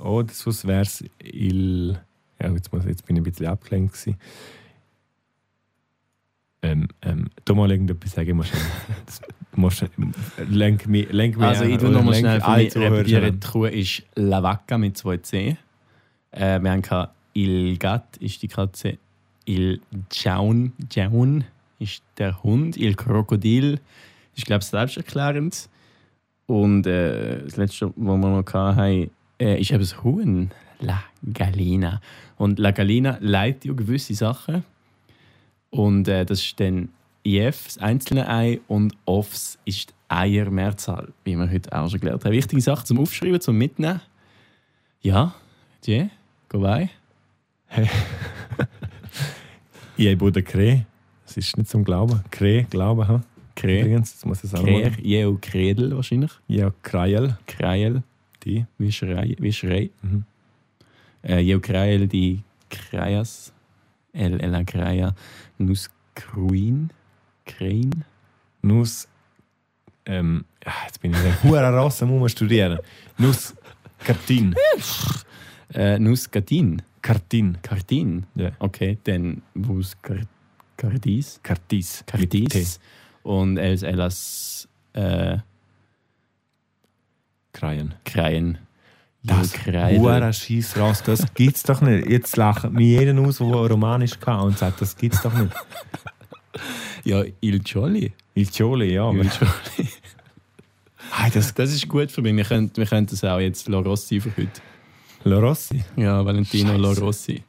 S1: Oder sonst wäre es Il. Ja, jetzt, muss, jetzt bin ich ein bisschen abgelenkt. Gewesen. Ähm, ähm, du mal irgendetwas sagen, musst das musst lenk mich, lenk mich
S3: Also
S1: an,
S3: ich tu
S1: oder
S3: nochmal
S1: lenk
S3: schnell für
S1: alle
S3: mich
S1: Zuhörer
S3: repetieren.
S1: an.
S3: Die Kuh ist La Vacca mit 2 C. Äh, wir haben gehabt, Il Gat ist die Katze. Il Jaun, Jaun ist der Hund. Il Krokodil ist, glaube ich, selbsterklärend. Und äh, das letzte, was wir noch hatten, äh, ist eben das Huhn. La Galina. Und La Galina leitet ja gewisse Sachen. Und äh, das ist dann IF, das einzelne Ei, und OFS ist die Eiermehrzahl, wie wir heute auch schon gelernt haben. Wichtige Sache zum Aufschreiben, zum Mitnehmen. Ja, die, go bei.
S1: Ich habe Buddha Krähe. Das ist nicht zum Glauben. Krähe, Glauben, ha?
S3: Krähe,
S1: Übrigens, das muss ich sagen.
S3: Krähe, je und Kredel wahrscheinlich.
S1: Ja, Kreiel,
S3: Kreil,
S1: die.
S3: wie Schrei. Wie Schrei.
S1: Mhm.
S3: Äh, je und Kreil, die Kreias. El, Ella Kreia, Nus Kruin. Krein.
S1: Nuss. Ähm, ja, jetzt bin ich der Hura Rasse, muss man studieren. Nuss. Kartin.
S3: Äh, Nus Gatin.
S1: Kartin.
S3: Kartin.
S1: Ja.
S3: Okay, dann Nus Kardis.
S1: Kartis. Mit T.
S3: Cardis und El Elas äh,
S1: Kreien.
S3: Kreien.
S1: Das
S3: Kreien.
S1: scheiß Rass, das gibt's doch nicht. Jetzt lachen mir jeden aus, der Romanisch kann und sagt, das gibt's doch nicht.
S3: Ja, Il Jolly.
S1: Il Choli, ja. Aber,
S3: Il Jolly.
S1: hey, das
S3: Oh Das ist gut für mich. Wir können, wir können das auch jetzt La Rossi für heute.
S1: La Rossi.
S3: Ja, Valentino La
S1: Scheiße.
S3: Rossi.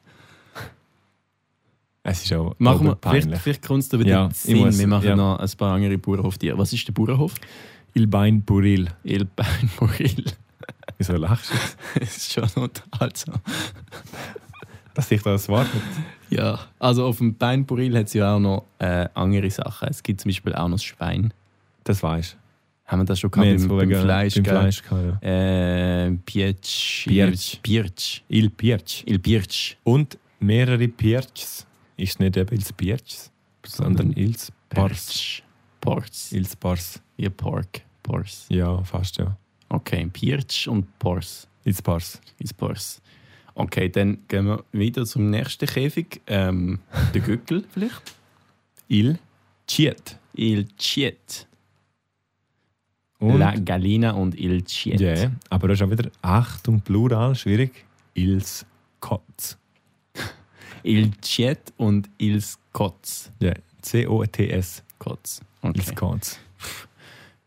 S1: Es ist auch
S3: Machen wir, vielleicht,
S1: peinlich.
S3: vielleicht kommt es da wieder
S1: Ja, ich
S3: Sinn.
S1: muss-
S3: wir machen
S1: ja.
S3: noch ein paar andere Bauernhoftiere. Was ist der Bauernhof?
S1: Il Bein Buril.
S3: Il Beinmoril.
S1: Wieso lachst du?
S3: das ist schon also. unterhaltsam.
S1: Dass ich das Wort nicht
S3: Ja, also auf dem Beinburil hat es ja auch noch äh, andere Sachen. Es gibt zum Beispiel auch noch das Schwein.
S1: Das weiß.
S3: Haben wir das schon gehabt? beim, beim Fleisch,
S1: Beim
S3: gell?
S1: Fleisch kann, ja.
S3: Äh, Pietsch.
S1: Pirch.
S3: Pirch.
S1: Il Pirch.
S3: Il Pirch.
S1: Und mehrere Pirchs. Ist nicht eben Il Pirchs, sondern Il Pars.
S3: Porch. Porch.
S1: Il Pars.
S3: Ihr Pork. Pors.
S1: Ja, fast ja.
S3: Okay, Pirch und Pors.
S1: Il Pars.
S3: Ist Pors. Okay, dann gehen wir wieder zum nächsten Käfig. Ähm, der Gückel vielleicht.
S1: Il Chiet.
S3: Il Chiet.
S1: Und
S3: La Galina und Il Chiet.
S1: Ja, aber da ist auch wieder Achtung, Plural, schwierig. Ils Kotz.
S3: Il Chiet und Il Kotz.
S1: Ja, C-O-T-S.
S3: Kotz. Okay.
S1: Ils Kotz.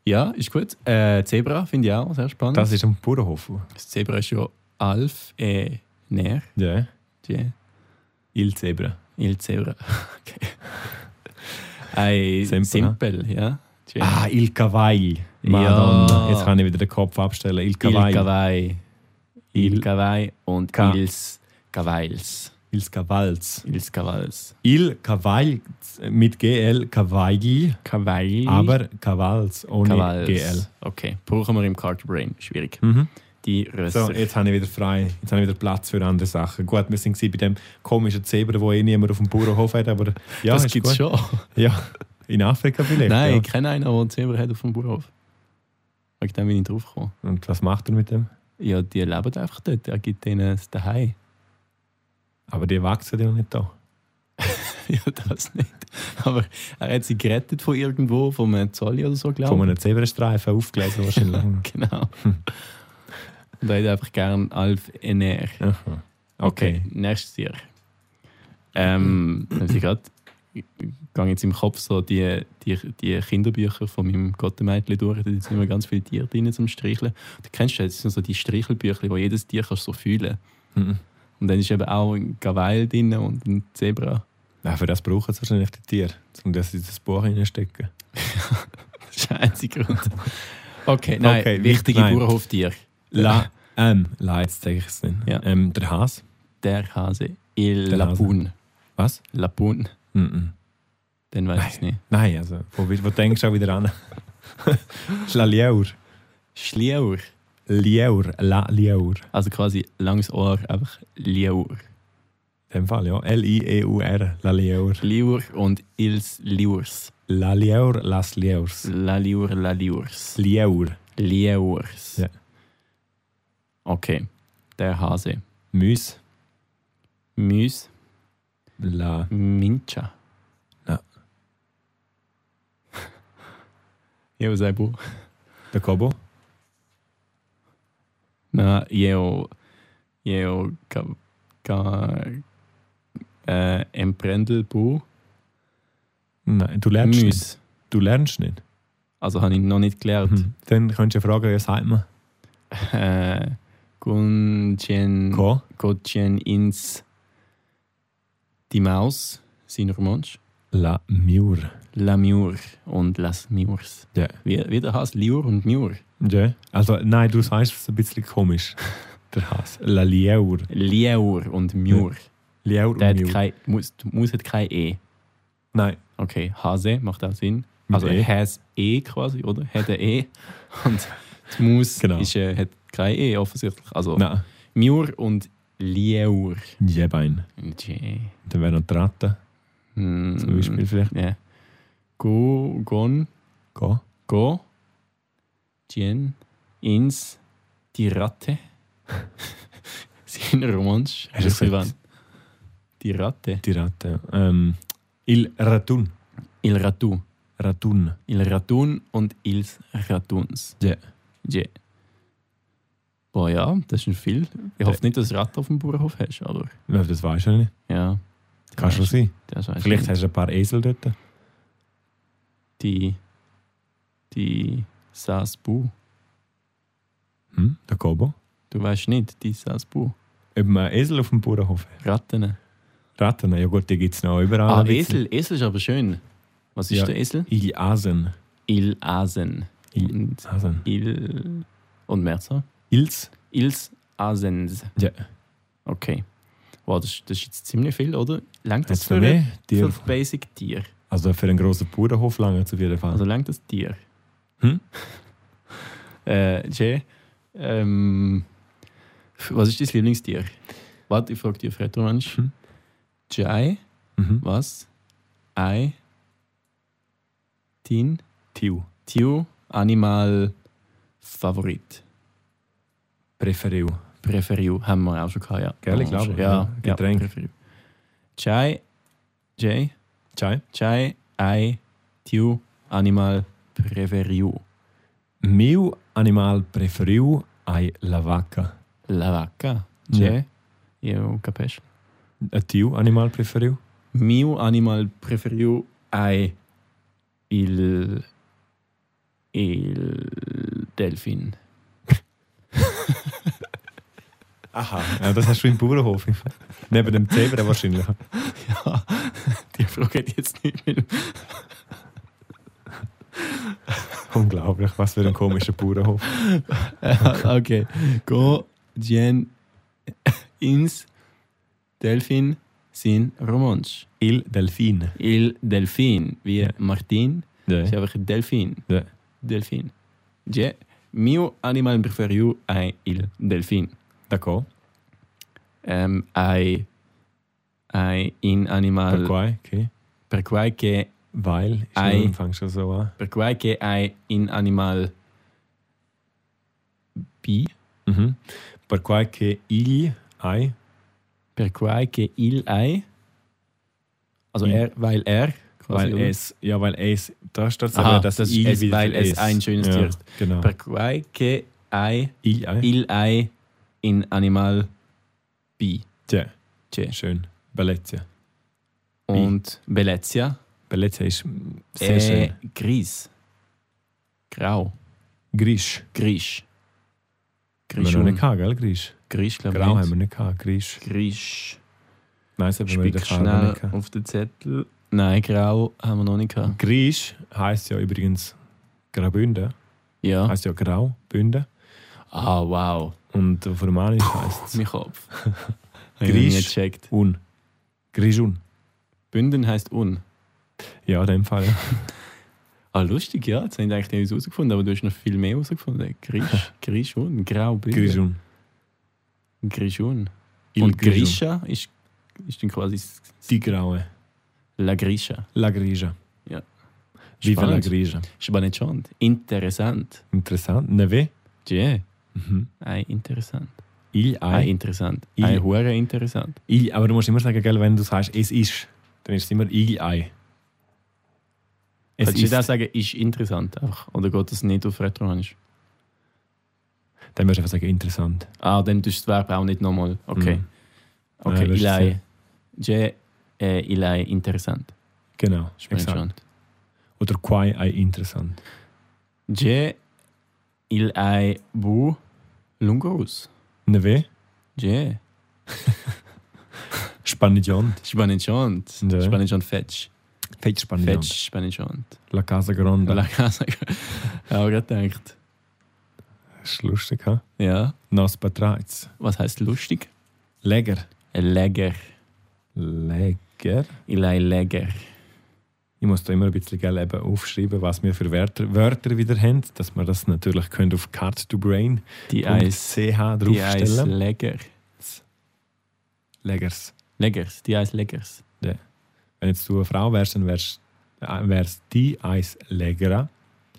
S3: Ja, ist gut. Äh, Zebra finde ich auch sehr spannend.
S1: Das ist ein Bauernhof.
S3: das Zebra ist ja Alf e Ner.
S1: Ja.
S3: Die-
S1: Il Zebra.
S3: Il Zebra. Okay. Ein
S1: Simpel,
S3: simpel, ja. Die-
S1: Ah, Il Kawaii.
S3: Ja.
S1: Madonna. Jetzt kann ich wieder den Kopf abstellen. Il
S3: Il
S1: Kawaii.
S3: Kawaii.
S1: Il-
S3: Il Kawaii und
S1: Ka-
S3: Ils Kawails.
S1: Il Kawals.
S3: Ils Kawails.
S1: Il Kawaii mit GL Kawaii,
S3: Kawaii.
S1: aber Kawals ohne
S3: Kawails.
S1: GL.
S3: Okay, brauchen wir im Card Brain. Schwierig.
S1: Mhm.
S3: Die Rösser.
S1: So, jetzt habe ich wieder frei. Jetzt habe ich wieder Platz für andere Sachen. Gut, wir sind bei dem komischen Zebra, wo eh niemand auf dem Bauernhof hat, aber ja,
S3: das
S1: ist
S3: gibt's
S1: gut.
S3: schon.
S1: Ja, in Afrika vielleicht.
S3: Nein, ich kenne einen, der einen Zebra hat auf dem Bauernhof. Wegen dem bin ich draufgekommen.
S1: Ja. Und was macht er mit dem?
S3: Ja, die leben einfach dort. Er gibt ihnen das Daheim.
S1: Aber die wachsen ja nicht da.
S3: ja, das nicht. Aber er hat sie gerettet von irgendwo, von einem Zolli oder so, glaube
S1: Von
S3: ich.
S1: einem Zebrastreifen aufgelesen wahrscheinlich.
S3: Genau. Und er hat einfach gern Alf Ener.
S1: Aha. Okay.
S3: Nächstes Jahr. Ähm, also ich grad, ich gehe jetzt im Kopf so die, die, die Kinderbücher von meinem Gottemädchen durch. Da sind immer ganz viele Tiere drin zum Streicheln. Du kennst das, das sind so die Streichelbücher, wo jedes Tier kannst du so fühlen
S1: Mhm.
S3: Und dann ist eben auch ein Gaweil drin und ein Zebra.
S1: Ja, für das brauchen sie wahrscheinlich die Tiere, um das in das Buch reinstecken.
S3: Das ist der einzige Grund. Okay, nein,
S1: Okay,
S3: wichtige
S1: nein.
S3: Bauernhoftiere.
S1: La, ähm, la, jetzt zeige ich es nicht.
S3: Ja.
S1: Ähm, der Hase.
S3: Der Hase. Il
S1: Der Hase.
S3: Lapun.
S1: Was?
S3: Lapun.
S1: Mhm.
S3: Dann weiß ich es nicht.
S1: Nein, also, wo, bist- wo denkst du auch wieder an? Schlalieur.
S3: Schlieur.
S1: Lieur, La Lieur.
S3: Also quasi langes Ohr, einfach Lieur.
S1: In dem Fall, ja. L-I-E-U-R, La Lieur.
S3: Lieur und Ils Liurs.
S1: La Lieur, Las Lieurs.
S3: La Liur, La Liurs.
S1: Lieur.
S3: Lieurs.
S1: Ja.
S3: Okay. Der Hase.
S1: Müs.
S3: Müs.
S1: La.
S3: Mincha.
S1: Ja.
S3: eu sei bu.
S1: Der Kobo.
S3: Na, eu. Eu. Ka, ka, äh, Emprendelbu.
S1: Nein, du lernst nicht.
S3: Müs.
S1: Du lernst nicht.
S3: Also habe ich noch nicht gelernt.
S1: Hm. Dann könntest du ja fragen, wie sagt man? Mhm.
S3: Äh, Gunchen.
S1: Ko.
S3: Gottchen ins die Maus, seiner Mensch,
S1: La Miur.
S3: La Miur und Las Miurs.
S1: Ja.
S3: Wie, wie der Hass, Liur und Miur.
S1: Ja. Also, nein, du sagst es ein bisschen komisch. Der Hass. La Lieur.
S3: Lieur und Miur.
S1: Lieur
S3: Der
S1: und
S3: hat
S1: Miur.
S3: kein, muss, muss hat kein E.
S1: Nein.
S3: Okay, Hase macht auch Sinn.
S1: Mit
S3: Also
S1: E.
S3: has E quasi, oder? Hat ein E. Und die Maus
S1: Genau.
S3: ist, äh, hat kein E offensichtlich. Also
S1: Nein.
S3: Miur und Lieur.
S1: Jebein.
S3: J.
S1: Dann wäre noch die Ratte.
S3: Hm,
S1: Zum Beispiel vielleicht.
S3: Ja. Go, Gon.
S1: Ko.
S3: Go, Jen, ins, die Ratte. Sein Romansch.
S1: Hast du das
S3: Silvan.
S1: gesagt?
S3: Die Ratte.
S1: Die Ratte. ja. Ähm, il Ratun.
S3: Il Ratu.
S1: Ratun.
S3: Il Ratun und ils Ratuns.
S1: Ja.
S3: Je. Boah, ja, das ist schon viel. Ich hoffe nicht, dass du Ratte auf dem Bauernhof hast, aber
S1: Ja, Das weißt du nicht.
S3: ja.
S1: Kann schon sein.
S3: Das weiss ich
S1: Vielleicht
S3: nicht.
S1: hast du ein paar Esel dort.
S3: die. Die Sasbu.
S1: Hm? Der Kobo.
S3: Du weißt nicht, die Sasbu.
S1: Ob man Esel auf dem Bauernhof hat.
S3: Ratten.
S1: Ratten, ja gut, die gibt es noch überall.
S3: Ah,
S1: Ein bisschen.
S3: Esel. Esel ist aber schön. Was ist
S1: Ja.
S3: der Esel?
S1: Il Asen.
S3: Il Asen.
S1: Il-
S3: Und
S1: Asen.
S3: Il und Merzer.
S1: Ils.
S3: Ils Asens.
S1: Ja.
S3: Okay. Wow, das, das ist jetzt ziemlich viel, oder? Langt das
S1: Jetzt
S3: für,
S1: noch
S3: ein-
S1: mehr?
S3: für
S1: Tier.
S3: ein Basic Tier?
S1: Also für einen grossen Bauernhof lange auf jeden Fall.
S3: Also langt das Tier?
S1: Hm?
S3: Äh, Jay, ähm, f- was ist dein Lieblingstier? Warte, ich frage dich, Retromensch.
S1: Hm?
S3: Jai,
S1: mhm.
S3: was? Ei, Tin,
S1: Tiu.
S3: Tiu, Animal, Favorit.
S1: Preferiu.
S3: Preferiu haben wir auch schon gehabt, ja.
S1: Gell, ich glaube, ja.
S3: alltså Ja,
S1: Getränk.
S3: Ja, Preferiu. Chai, Jay,
S1: Chai.
S3: Chai, Ei, Tiu, Animal, Preferiu,
S1: Meu animal preferiu ai la vaca.
S3: La Vaca, Jay, eu capisco.
S1: A Äh, tiu animal preferiu?
S3: Meu Animal, Preferiu, Ei, Il, Il, Delfin.
S1: Aha. Ja, das hast du im Bauernhof. Neben dem Zebra wahrscheinlich.
S3: Ja, die Frage hätte ich jetzt nicht mehr.
S1: Unglaublich, was für ein komischer Bauernhof.
S3: Äh, okay. Go, Jen, ins Delfin, sin Romansch.
S1: Il Delfin.
S3: Il Delfin, wie
S1: Ja.
S3: Martin,
S1: Ja.
S3: ist einfach Delfin.
S1: Ja.
S3: Delfin. Je, mio animal preferiu ai il Delfin.
S1: D'accord.
S3: Ähm, ai, ai in animal,
S1: Perquai, okay.
S3: per quai che,
S1: Weil, ist
S3: Ei.
S1: nur- fangst du so an.
S3: per quai che ai in animal bi,
S1: Mhm. Perquai che il ai
S3: per quai che il ai, also
S1: Il.
S3: er, weil er, quasi,
S1: Weil
S3: oder?
S1: es, ja, weil es, da steht es
S3: Aha,
S1: aber, dass
S3: das
S1: il
S3: es,
S1: wieder
S3: weil
S1: für
S3: es ein schönes Tier ist.
S1: Genau.
S3: per quai che ai
S1: il, ein.
S3: il ai in animal bi.
S1: Tja,
S3: Che.
S1: schön. Bellezia.
S3: Und Belezia,
S1: Bellezia ist mm, sehr
S3: äh,
S1: schön.
S3: gris. Grau.
S1: Grisch.
S3: Grisch.
S1: Haben wir
S3: Grisch,
S1: noch nicht
S3: und,
S1: gehabt, gell? Grisch.
S3: Grisch glaube
S1: Grau
S3: ich.
S1: haben wir
S3: Nicht.
S1: nicht gehabt. Grisch.
S3: Grisch.
S1: Nein, das haben wir
S3: Spick
S1: nicht gehabt.
S3: schnell
S1: gehabt.
S3: auf den Zettel. Nein, grau haben wir noch nicht gehabt.
S1: Grisch heisst ja übrigens Graubünden.
S3: Ja.
S1: Heisst ja Graubünden.
S3: Ah, wow.
S1: Und auf Romanisch heisst es
S3: Mein Kopf. Hab ich noch nie
S1: Grisch.
S3: gecheckt.
S1: äh, Un. Grischun.
S3: Bünden heißt un.
S1: Ja, in dem Fall. Ja.
S3: Ah, lustig, ja. Jetzt haben ich eigentlich nicht herausgefunden, aber du hast noch viel mehr herausgefunden. Grisch, Grischun, Graubilder.
S1: Grishun.
S3: Grischun.
S1: Il
S3: Und
S1: Grishun.
S3: Grisha ist, ist dann quasi s-
S1: Die Graue.
S3: La Grisha.
S1: La Grija.
S3: Ja.
S1: Viva La
S3: Spannend.
S1: Grija.
S3: Ist aber nicht schon. Interessant.
S1: Interessant. Neve.
S3: Yeah.
S1: Mhm.
S3: Ei, interessant.
S1: Il,
S3: Ei,
S1: ei.
S3: interessant.
S1: Ei.
S3: Ei, hure interessant.
S1: il. Aber du musst immer sagen, gell, wenn du sagst, es ist, dann ist es immer il, ei. Es
S3: Kannst du
S1: ist.
S3: nicht auch sagen, ist interessant einfach? Oder geht das nicht auf Retrohanisch?
S1: Dann musst du einfach sagen, interessant.
S3: Ah, dann tust du das Verb auch nicht nochmal. Okay.
S1: Mhm.
S3: Okay,
S1: Nein, wirst du
S3: Ilai. Je, äh, Ilai, interessant.
S1: Genau.
S3: Spannend
S1: Exakt.
S3: schon.
S1: Oder quai, ei, interessant.
S3: Je, Ilai, Bu, Lungos.
S1: Neve.
S3: Je.
S1: Spannend.
S3: Spannend schon.
S1: Ja.
S3: Spannend schon, fetch.
S1: Fetch spannend.
S3: Fetch, spannend schon.
S1: La Casa Grande.
S3: La Casa. Habe gerade gedacht.
S1: Das ist lustig, hä?
S3: Ja.
S1: Nos Patreiz.
S3: Was heißt lustig?
S1: Leger.
S3: Leger.
S1: Leger.
S3: Ilai, Leger.
S1: Ich muss da immer ein bisschen gell, eben aufschreiben, was wir für Wörter, Wörter wieder haben, dass wir das natürlich können auf card2brain.ch
S3: Die Eis. Die Eis,
S1: draufstellen.
S3: Leger.
S1: Legers.
S3: Legers. Die Eis, Legers.
S1: Wenn jetzt du eine Frau wärst, dann wärst, äh, wärst die Eis Legera.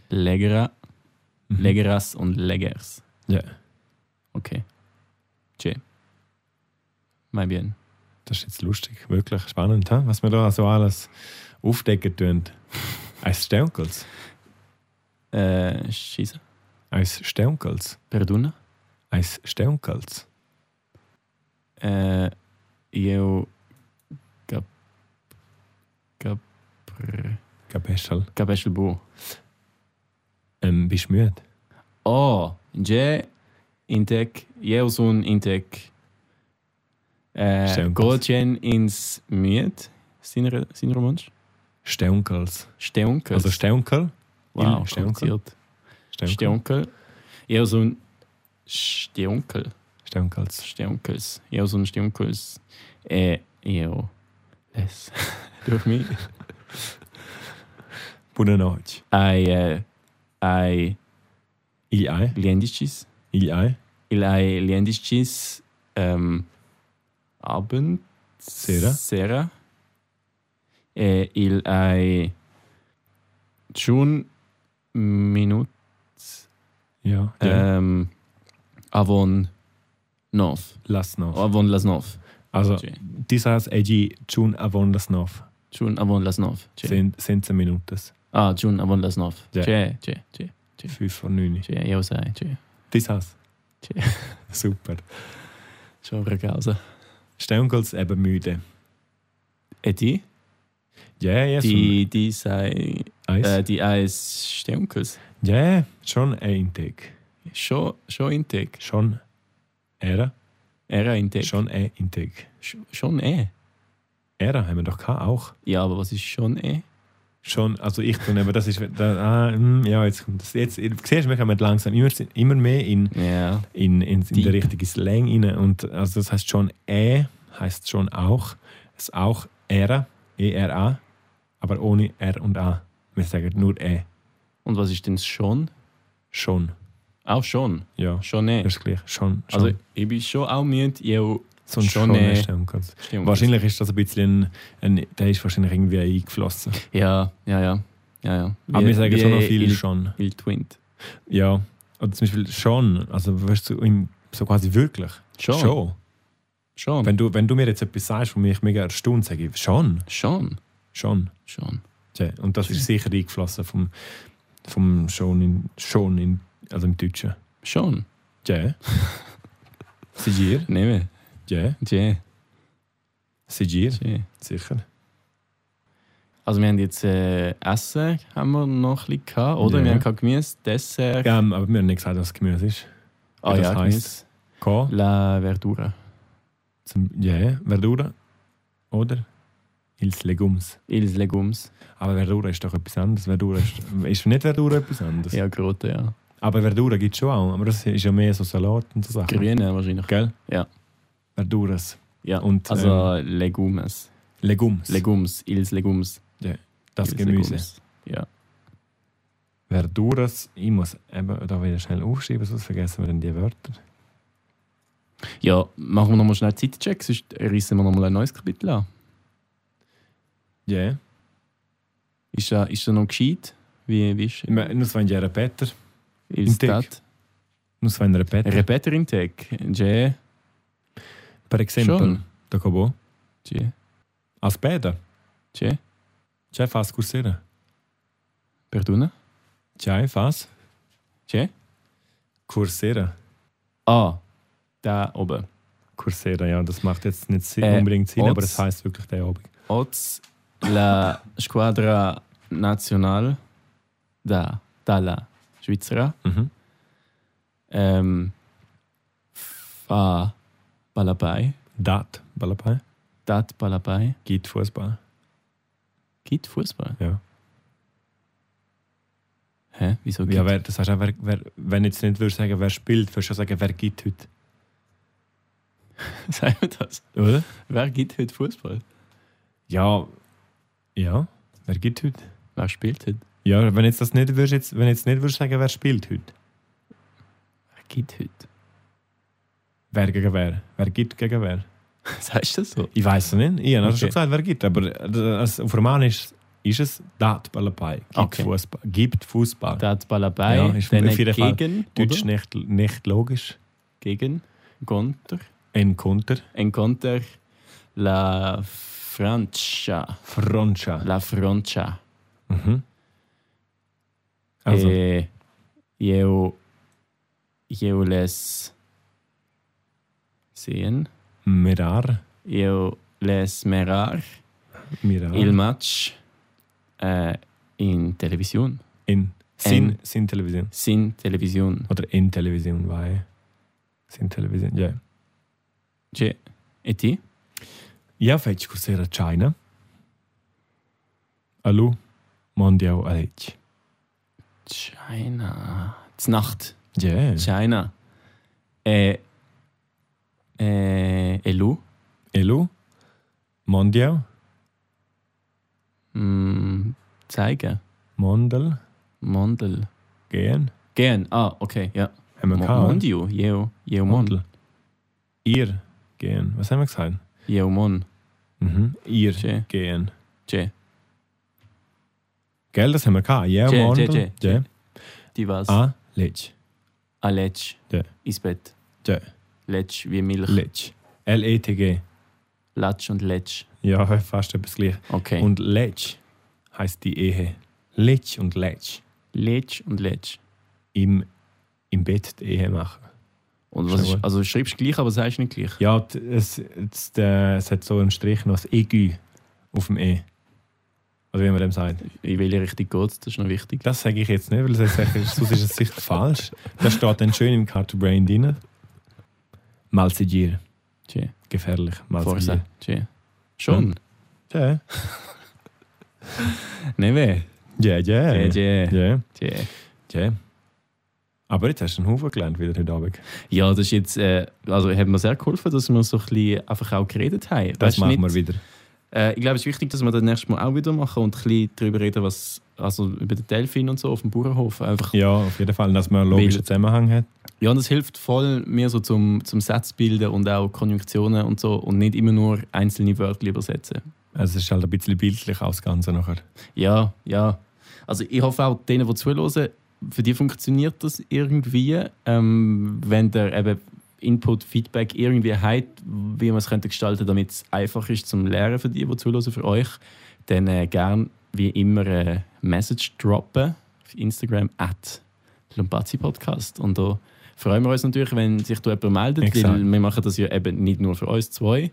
S3: Legera,
S1: Mhm.
S3: Legeras und Legers.
S1: Ja,
S3: Okay. Che. Mein bien.
S1: das ist jetzt lustig, wirklich spannend, hä? was wir da so alles aufdecken tun. Eis Steunkels.
S3: Äh, Schieße.
S1: Eis Steunkels.
S3: Perdona.
S1: Eis Steunkels.
S3: Äh, eu. Cap. Cap.
S1: Gabeschal.
S3: Capeschel bu.
S1: Ähm, bist du müde?
S3: Oh, je. Intec. Eu sun intec. Äh,
S1: Stimmt.
S3: Gotchen eh, ins Miet. Sinner Mensch.
S1: Steunkels.
S3: Steunkel.
S1: Also Steunkel.
S3: wow,
S1: Il-
S3: Steunkel.
S1: Steunkel.
S3: Steunkel. Eu sun Steunkel.
S1: Steunkels.
S3: Sternkuss. Eu sou um Sternkuss. É eu. Les. E, Dormi.
S1: Buona notte.
S3: Ai, äh, ai
S1: Il ei.
S3: liendischis.
S1: Il ei.
S3: Il ai liendischis ähm, Abend.
S1: Sera.
S3: Sera. Äh, il ai schon minut
S1: Ja. ja.
S3: ähm, avon nov.
S1: Lass noch.
S3: Avon las nov.
S1: Also,
S3: Sì.
S1: dieses Egi Jun avon das noch.
S3: Schon avon las nov. Che.
S1: Sind 17 Minuten.
S3: Ah, June Avon Lasnov.
S1: Ja.
S3: Che, che, che,
S1: 5 vor 9.
S3: che, io sai, che.
S1: Dieses.
S3: Sì.
S1: Super.
S3: Schon per causa.
S1: Steungels eben müde.
S3: E ti?
S1: Ja, ja, schon.
S3: Ti, ti sei,
S1: Eis.
S3: äh, die Eis Steunkels.
S1: Ja, schon ein Intake.
S3: Schon, schon Integ.
S1: Schon. Ära.
S3: Era Integ.
S1: Schon ein Intake.
S3: Sch- Schon eh.
S1: Ära haben wir doch gehabt, auch.
S3: Ja, aber was ist schon eh?
S1: Schon, also ich tue eben, das ist, da, ah, hm, ja, jetzt kommt das. Jetzt, du siehst, wir kommen langsam immer, immer mehr in,
S3: Ja.
S1: in, in, in
S3: Deep.
S1: der richtigen Slang rein. Und also das heißt schon Ä, heißt schon auch. Es ist auch Ära, E-R-A, aber ohne R und A. Wir sagen nur Ä,
S3: Und was ist denn schon?
S1: schon.
S3: Auch schon.
S1: Ja,
S3: Schon eh.
S1: das ist gleich, schon. schon.
S3: Also, ich bin schon auch müde, ihr
S1: so ein
S3: schon E.
S1: schon
S3: Ä.
S1: ist dann ganz-
S3: Steunkels.
S1: Wahrscheinlich ist das ein bisschen, ein, ein, der ist wahrscheinlich irgendwie eingeflossen.
S3: Ja, ja, ja. Ja, ja.
S1: Aber
S3: Wie-
S1: wir sagen
S3: wie
S1: schon noch viel
S3: Il,
S1: schon.
S3: Il Twint.
S1: Ja, oder zum Beispiel schon, also weißt du, im, so quasi wirklich.
S3: Schon. Schon.
S1: Schon.
S3: Schon.
S1: Wenn du, wenn du mir jetzt etwas sagst, wo mich mega erstaunt, sage ich schon,
S3: Schon.
S1: schon.
S3: Schon.
S1: Tja, Und das ist sicher eingeflossen vom, vom schon, in, schon in, also im Deutschen.
S3: Schon.
S1: Ja. Sigier?
S3: Nehmen.
S1: Ja.
S3: Che,
S1: Sigier?
S3: che.
S1: Sicher.
S3: Also wir haben jetzt äh, Essen haben wir noch ein bisschen gehabt, oder?
S1: Ja.
S3: Wir haben kein Gemüse, Dessert.
S1: Ähm, aber wir haben nicht gesagt, was Gemüse ist.
S3: ah
S1: das
S3: ja,
S1: heisst. K,
S3: Gemüse. La Verdura.
S1: zum, ja, Verdura oder ils Legums.
S3: Ils Legums.
S1: Aber Verdura ist doch etwas anderes. Verdura ist, ist nicht Verdura etwas anderes?
S3: Ja, Grote, ja.
S1: Aber Verdura gibt es schon auch. Aber das ist ja mehr so Salat und so Sachen.
S3: Grüne wahrscheinlich.
S1: Gell?
S3: Ja.
S1: Verduras.
S3: Ja,
S1: Und, ähm,
S3: also Legumes.
S1: Legums.
S3: Legums, Ils Legums.
S1: das
S3: Ils
S1: Gemüse.
S3: Legums. Ja.
S1: Wer durch es, ich muss eben da wieder schnell aufschreiben, sonst vergessen wir dann die Wörter.
S3: Ja, machen wir nochmal schnell einen Zeitcheck, sonst reissen wir nochmal ein neues Kapitel an.
S1: Ja. Yeah.
S3: Ist er, ist er noch gescheit? Wie, wie ist er?
S1: Nur so ein Jahr Repeter.
S3: Ist
S1: Intake.
S3: das?
S1: Nur so ein Repeter.
S3: Repeter Intake. J.
S1: per
S3: Schon.
S1: exempel, da kann man
S3: J.
S1: als Bäder.
S3: J.
S1: C'è fas cursera.
S3: Perdona?
S1: C'è fas
S3: J.
S1: cursera.
S3: Ah, da oben.
S1: Cursera, ja, das macht jetzt nicht si-
S3: Äh,
S1: unbedingt Sinn, aber
S3: Oz.
S1: es heisst wirklich der Abend.
S3: Oz la Squadra Nacional da dalla Svizzera
S1: Mhm.
S3: ähm, fa Balabai,
S1: Dat, Balapai,
S3: dat Balabai,
S1: geht Fußball.
S3: geht Fußball.
S1: Ja.
S3: Hä? Wieso geht?
S1: Ja, wer, das heißt auch, wer, wer, wenn du jetzt nicht würdest sagen, wer spielt, würdest du schon sagen, wer geht heute.
S3: Sagen wir das?
S1: Oder?
S3: Wer geht heute Fußball?
S1: Ja. Ja, wer geht heute?
S3: Wer spielt heute?
S1: Ja, wenn jetzt das nicht würdest, jetzt, wenn jetzt nicht würdest sagen, wer spielt heute.
S3: Wer geht heute?
S1: Wer gegen wer? Wer geht gegen wer?
S3: Sagst du das so?
S1: Ich weiß es nicht. Ich habe
S3: Okay.
S1: okay. schon gesagt, wer gibt. Aber das, auf Romanisch ist es Dat Balapai. Gibt
S3: Okay.
S1: Fußball. Gibt Fußball.
S3: Dat Balabai,
S1: Ja, ist
S3: dann
S1: auf jeden Fall
S3: gegen,
S1: Deutsch
S3: oder?
S1: nicht, nicht logisch.
S3: gegen Gonter.
S1: Ein Konter.
S3: Encounter la Francia.
S1: Froncha.
S3: La Francia.
S1: Mhm. Also,
S3: Eh, eu, eu les sehen.
S1: Mirar.
S3: Eu les merar
S1: Mirar.
S3: il match eh, in Television.
S1: in, sin, sin Television.
S3: Sin Television.
S1: Oder in Television, weil. Sin Television, ja.
S3: Cioè, e ti?
S1: Ja, fetch cursera China. Alu. Mondial Alec.
S3: China. Znacht.
S1: Ja.
S3: China. E, e, e lu?
S1: Elu. Mondial.
S3: Mm, zeige.
S1: Mondel.
S3: Mondel.
S1: Gehen.
S3: Gern. Ah, okay, ja.
S1: Haben wir
S3: Mo-
S1: gehabt, oder?
S3: Mondio, Jeo, Jeomon.
S1: Ihr gehen. Was haben wir gesagt?
S3: Jeomon.
S1: Mhm. Ihr
S3: Tje.
S1: gehen.
S3: Tje.
S1: Gell, das haben wir gehabt. Ja,
S3: Tje,
S1: Mondel.
S3: tje, tje.
S1: Ja.
S3: Die was?
S1: A, lech.
S3: Aletsch.
S1: Ja.
S3: Ins Bett.
S1: Ja.
S3: Letsch wie Milch.
S1: Lech. L-E-T-G.
S3: Latsch und Letsch.
S1: Ja, fast etwas gleich.
S3: Okay.
S1: Und lech heißt die Ehe. Lech und lech.
S3: Letsch und Letsch.
S1: Im, im Bett die Ehe machen.
S3: Und was
S1: Jawohl.
S3: ist, also schreibst gleich, aber sagst nicht gleich.
S1: Ja, d- es, es, der- es hat so einen Strich noch das EGÜ auf dem E. Oder wie man dem sagt.
S3: In welche Richtung geht's? Das ist noch wichtig.
S1: Das sage ich jetzt nicht, weil sonst sage ich- sonst ist es sicher falsch. Das steht dann schön im Cartoon Brain drin. Malzigir.
S3: Tje.
S1: Gefährlich.
S3: Forsa.
S1: Malzigir.
S3: Tje. Schon.
S1: Ja,
S3: Neve.
S1: ja,
S3: Tje,
S1: ja.
S3: Hm? tje.
S1: Ja,
S3: Tje.
S1: ja. Aber jetzt hast du einen Haufen gelernt wieder heute Abend.
S3: Ja, das ist jetzt, äh, also hat mir sehr geholfen, dass wir so ein bisschen einfach auch geredet haben.
S1: Das
S3: Weißt du,
S1: machen
S3: nicht-
S1: wir wieder.
S3: Äh, ich glaube, es ist wichtig, dass wir das nächste Mal auch wieder machen und ein bisschen darüber reden, was, also über den Delfin und so auf dem Bauernhof. Einfach, ja.
S1: Ja, auf jeden Fall, dass man einen logischen
S3: Weil-
S1: Zusammenhang hat.
S3: und das hilft voll mir so zum, zum Sätze bilden und auch Konjunktionen und so und nicht immer nur einzelne Wörter übersetzen.
S1: Also es ist halt ein bisschen bildlich aus Ganze nachher.
S3: Ja, ja. Also ich hoffe auch denen, die zuhören, für die funktioniert das irgendwie, ähm, wenn der eben Input, Feedback irgendwie habt, wie man es könnte gestalten, damit es einfach ist zum Lernen für die, die zuhören, für euch, dann äh, gern wie immer äh, Message droppen auf Instagram at Lumpazzi Podcast und da freuen wir uns natürlich, wenn sich da jemand meldet,
S1: Exakt.
S3: weil wir machen das ja eben nicht nur für uns zwei,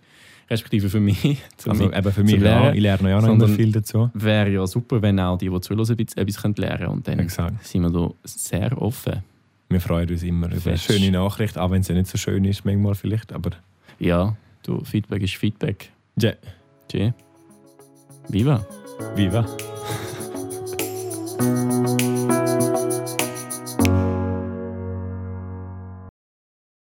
S3: respektive für mich.
S1: Also eben für
S3: zum
S1: mich auch.
S3: Lernen.
S1: Ich lerne ja auch noch immer
S3: Sondern-
S1: viel dazu.
S3: Wäre ja super, wenn auch die, die zuhören, ein bisschen etwas können lernen können. Und dann
S1: Exakt.
S3: sind wir da sehr offen.
S1: Wir freuen uns immer über eine
S3: Fest.
S1: schöne Nachricht, auch wenn es ja nicht so schön ist, manchmal vielleicht. Aber
S3: Ja, du, Feedback ist Feedback.
S1: ja,
S3: Tschö. Viva!
S1: viva!